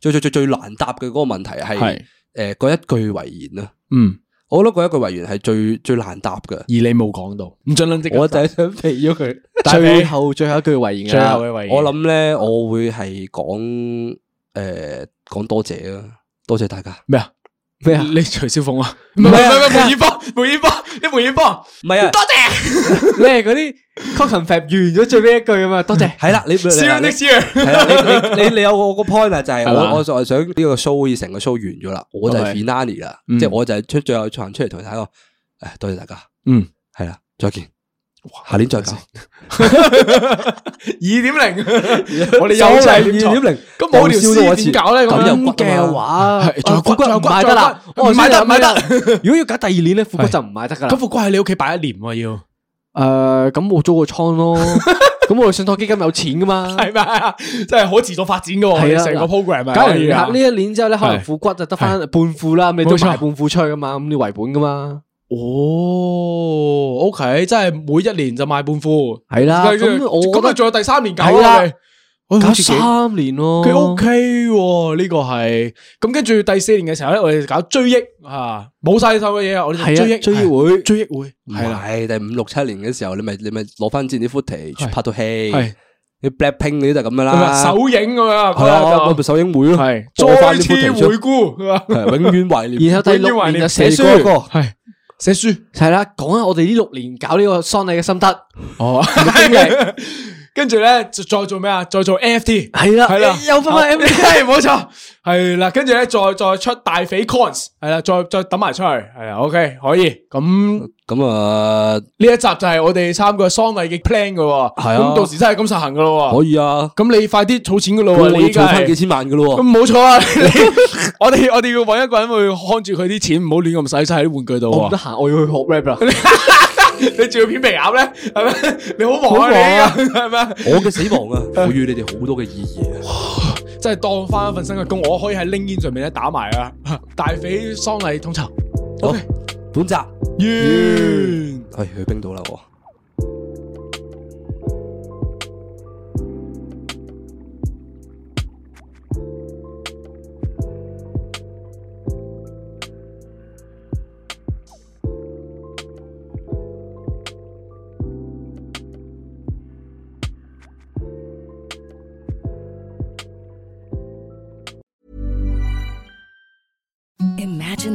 最最最最難答嘅嗰個問題係
係
誒呃嗰一句遺言啦。
嗯，
我覺得嗰一句遺言係最最難答嘅。
而你冇講到，唔准撚即
我就係想避咗佢。
大
最
髀，
後最後一句遺言
最
啊
後，嘅位，
我諗咧，我會係講誒講多謝啦，多謝大家。
咩啊？
咩啊？
你徐小鳳 啊？唔係唔係唔係梅艷芳，梅艷芳，你梅艷芳，
唔係啊，
你係嗰啲 Cocken Fab 完咗最尾一句啊嘛，多謝。
係啦，你
小
你你
的小人。
係啦，你你你你有我個 point 啊，就係
係嘛
我我就係想呢個 show 好似成個 show 完咗啦，我就係
OK
finale 啦，
嗯
即係我就係出最後行出嚟同大家講，誒多謝大家，
嗯，
係啦，再見，下年再搞。
二点零， 我哋有
就
齊
係
點
2.0
咁冇
又
條
燒咗我一
絲
次
點搞咧？
咁
樣
有骨啊
嘅
嘛
話，
係仲有
啊
骨
副
仲有
唔
骨
買得啦，
仲有骨
我
唔買得
先有啊
唔買得
咩啦。如果要揀第二年咧，副骨就唔買得噶啦
咁。副骨喺你屋企擺一年喎，要
誒，呃咁我租個倉咯。 咁我哋信託基金有錢噶嘛？
係咪啊？真係可持續發展嘅喎，我
係啊
哋成個 program 啊，
搞完
係啊
呢一年之後咧，可能
係
副骨就得翻半副啦，咁你都
冇錯
賣半副出去噶嘛，咁你為本噶嘛，
哦，OK，即係每一年就賣半副，
係啦。
跟住
咁我覺
咁啊，
得
仲有第三年搞
係啦
啊，你喂
搞
好似幾
三年咯，
佢 OK 喎，呢個係咁跟住第四年嘅時候咧，我哋就搞追憶啊，冇晒手嘅嘢啊，我哋就追
係啊，
憶
追
係
憶會
追憶會
唔
係啦，
係，第五六七年嘅時候，你咪你咪攞翻之前啲 footage
係
拍套戲，
係
你 Blackpink 嗰啲就咁樣
咁
啦，
啊首映咁樣
係啊，
嗰
我
日
咪
就
首 映會咯，
係
播返
再
啲
次
footage 咯
回顧係嘛
係永遠懷念。
然後第六年就寫
永遠懷念寫
書，
歌
係寫書
係啦，講下我哋呢六年搞呢個喪禮嘅心得，
哦，跟住咧就再做咩啊？再做 NFT
係啦，
係 啦
又分翻 M
係 冇錯，係啦，跟住咧再再出大肥 coins，係啦，再再抌埋出去，係啊，OK 可以。咁呢
咁啊，
一集就係我哋三個喪禮嘅 plan 噶喎，
係啊
咁到時真係咁實行噶咯喎。
可以啊，
咁你快啲儲錢噶咯
咁我
喎，你
要
依家
儲翻幾
哦係
千萬噶咯
咁
喎。
冇錯啊！你我哋我哋要揾一個人去看住佢啲錢，唔好亂咁使晒喺啲玩具度
我唔得
喎。
閒，我要去學 rap 啦。
你仲要片皮鴨咧，係咪？ 你好忙
好忙
啊
啊
你依家，係咪？
我嘅死亡啊，賦予你哋好多嘅意義啊。
即係當翻一份新嘅工，我可以喺 LinkedIn 上面咧打埋啊！大肥喪禮統籌，
好
OK，
本集，
完。
唉，去冰島啦我。
Imagine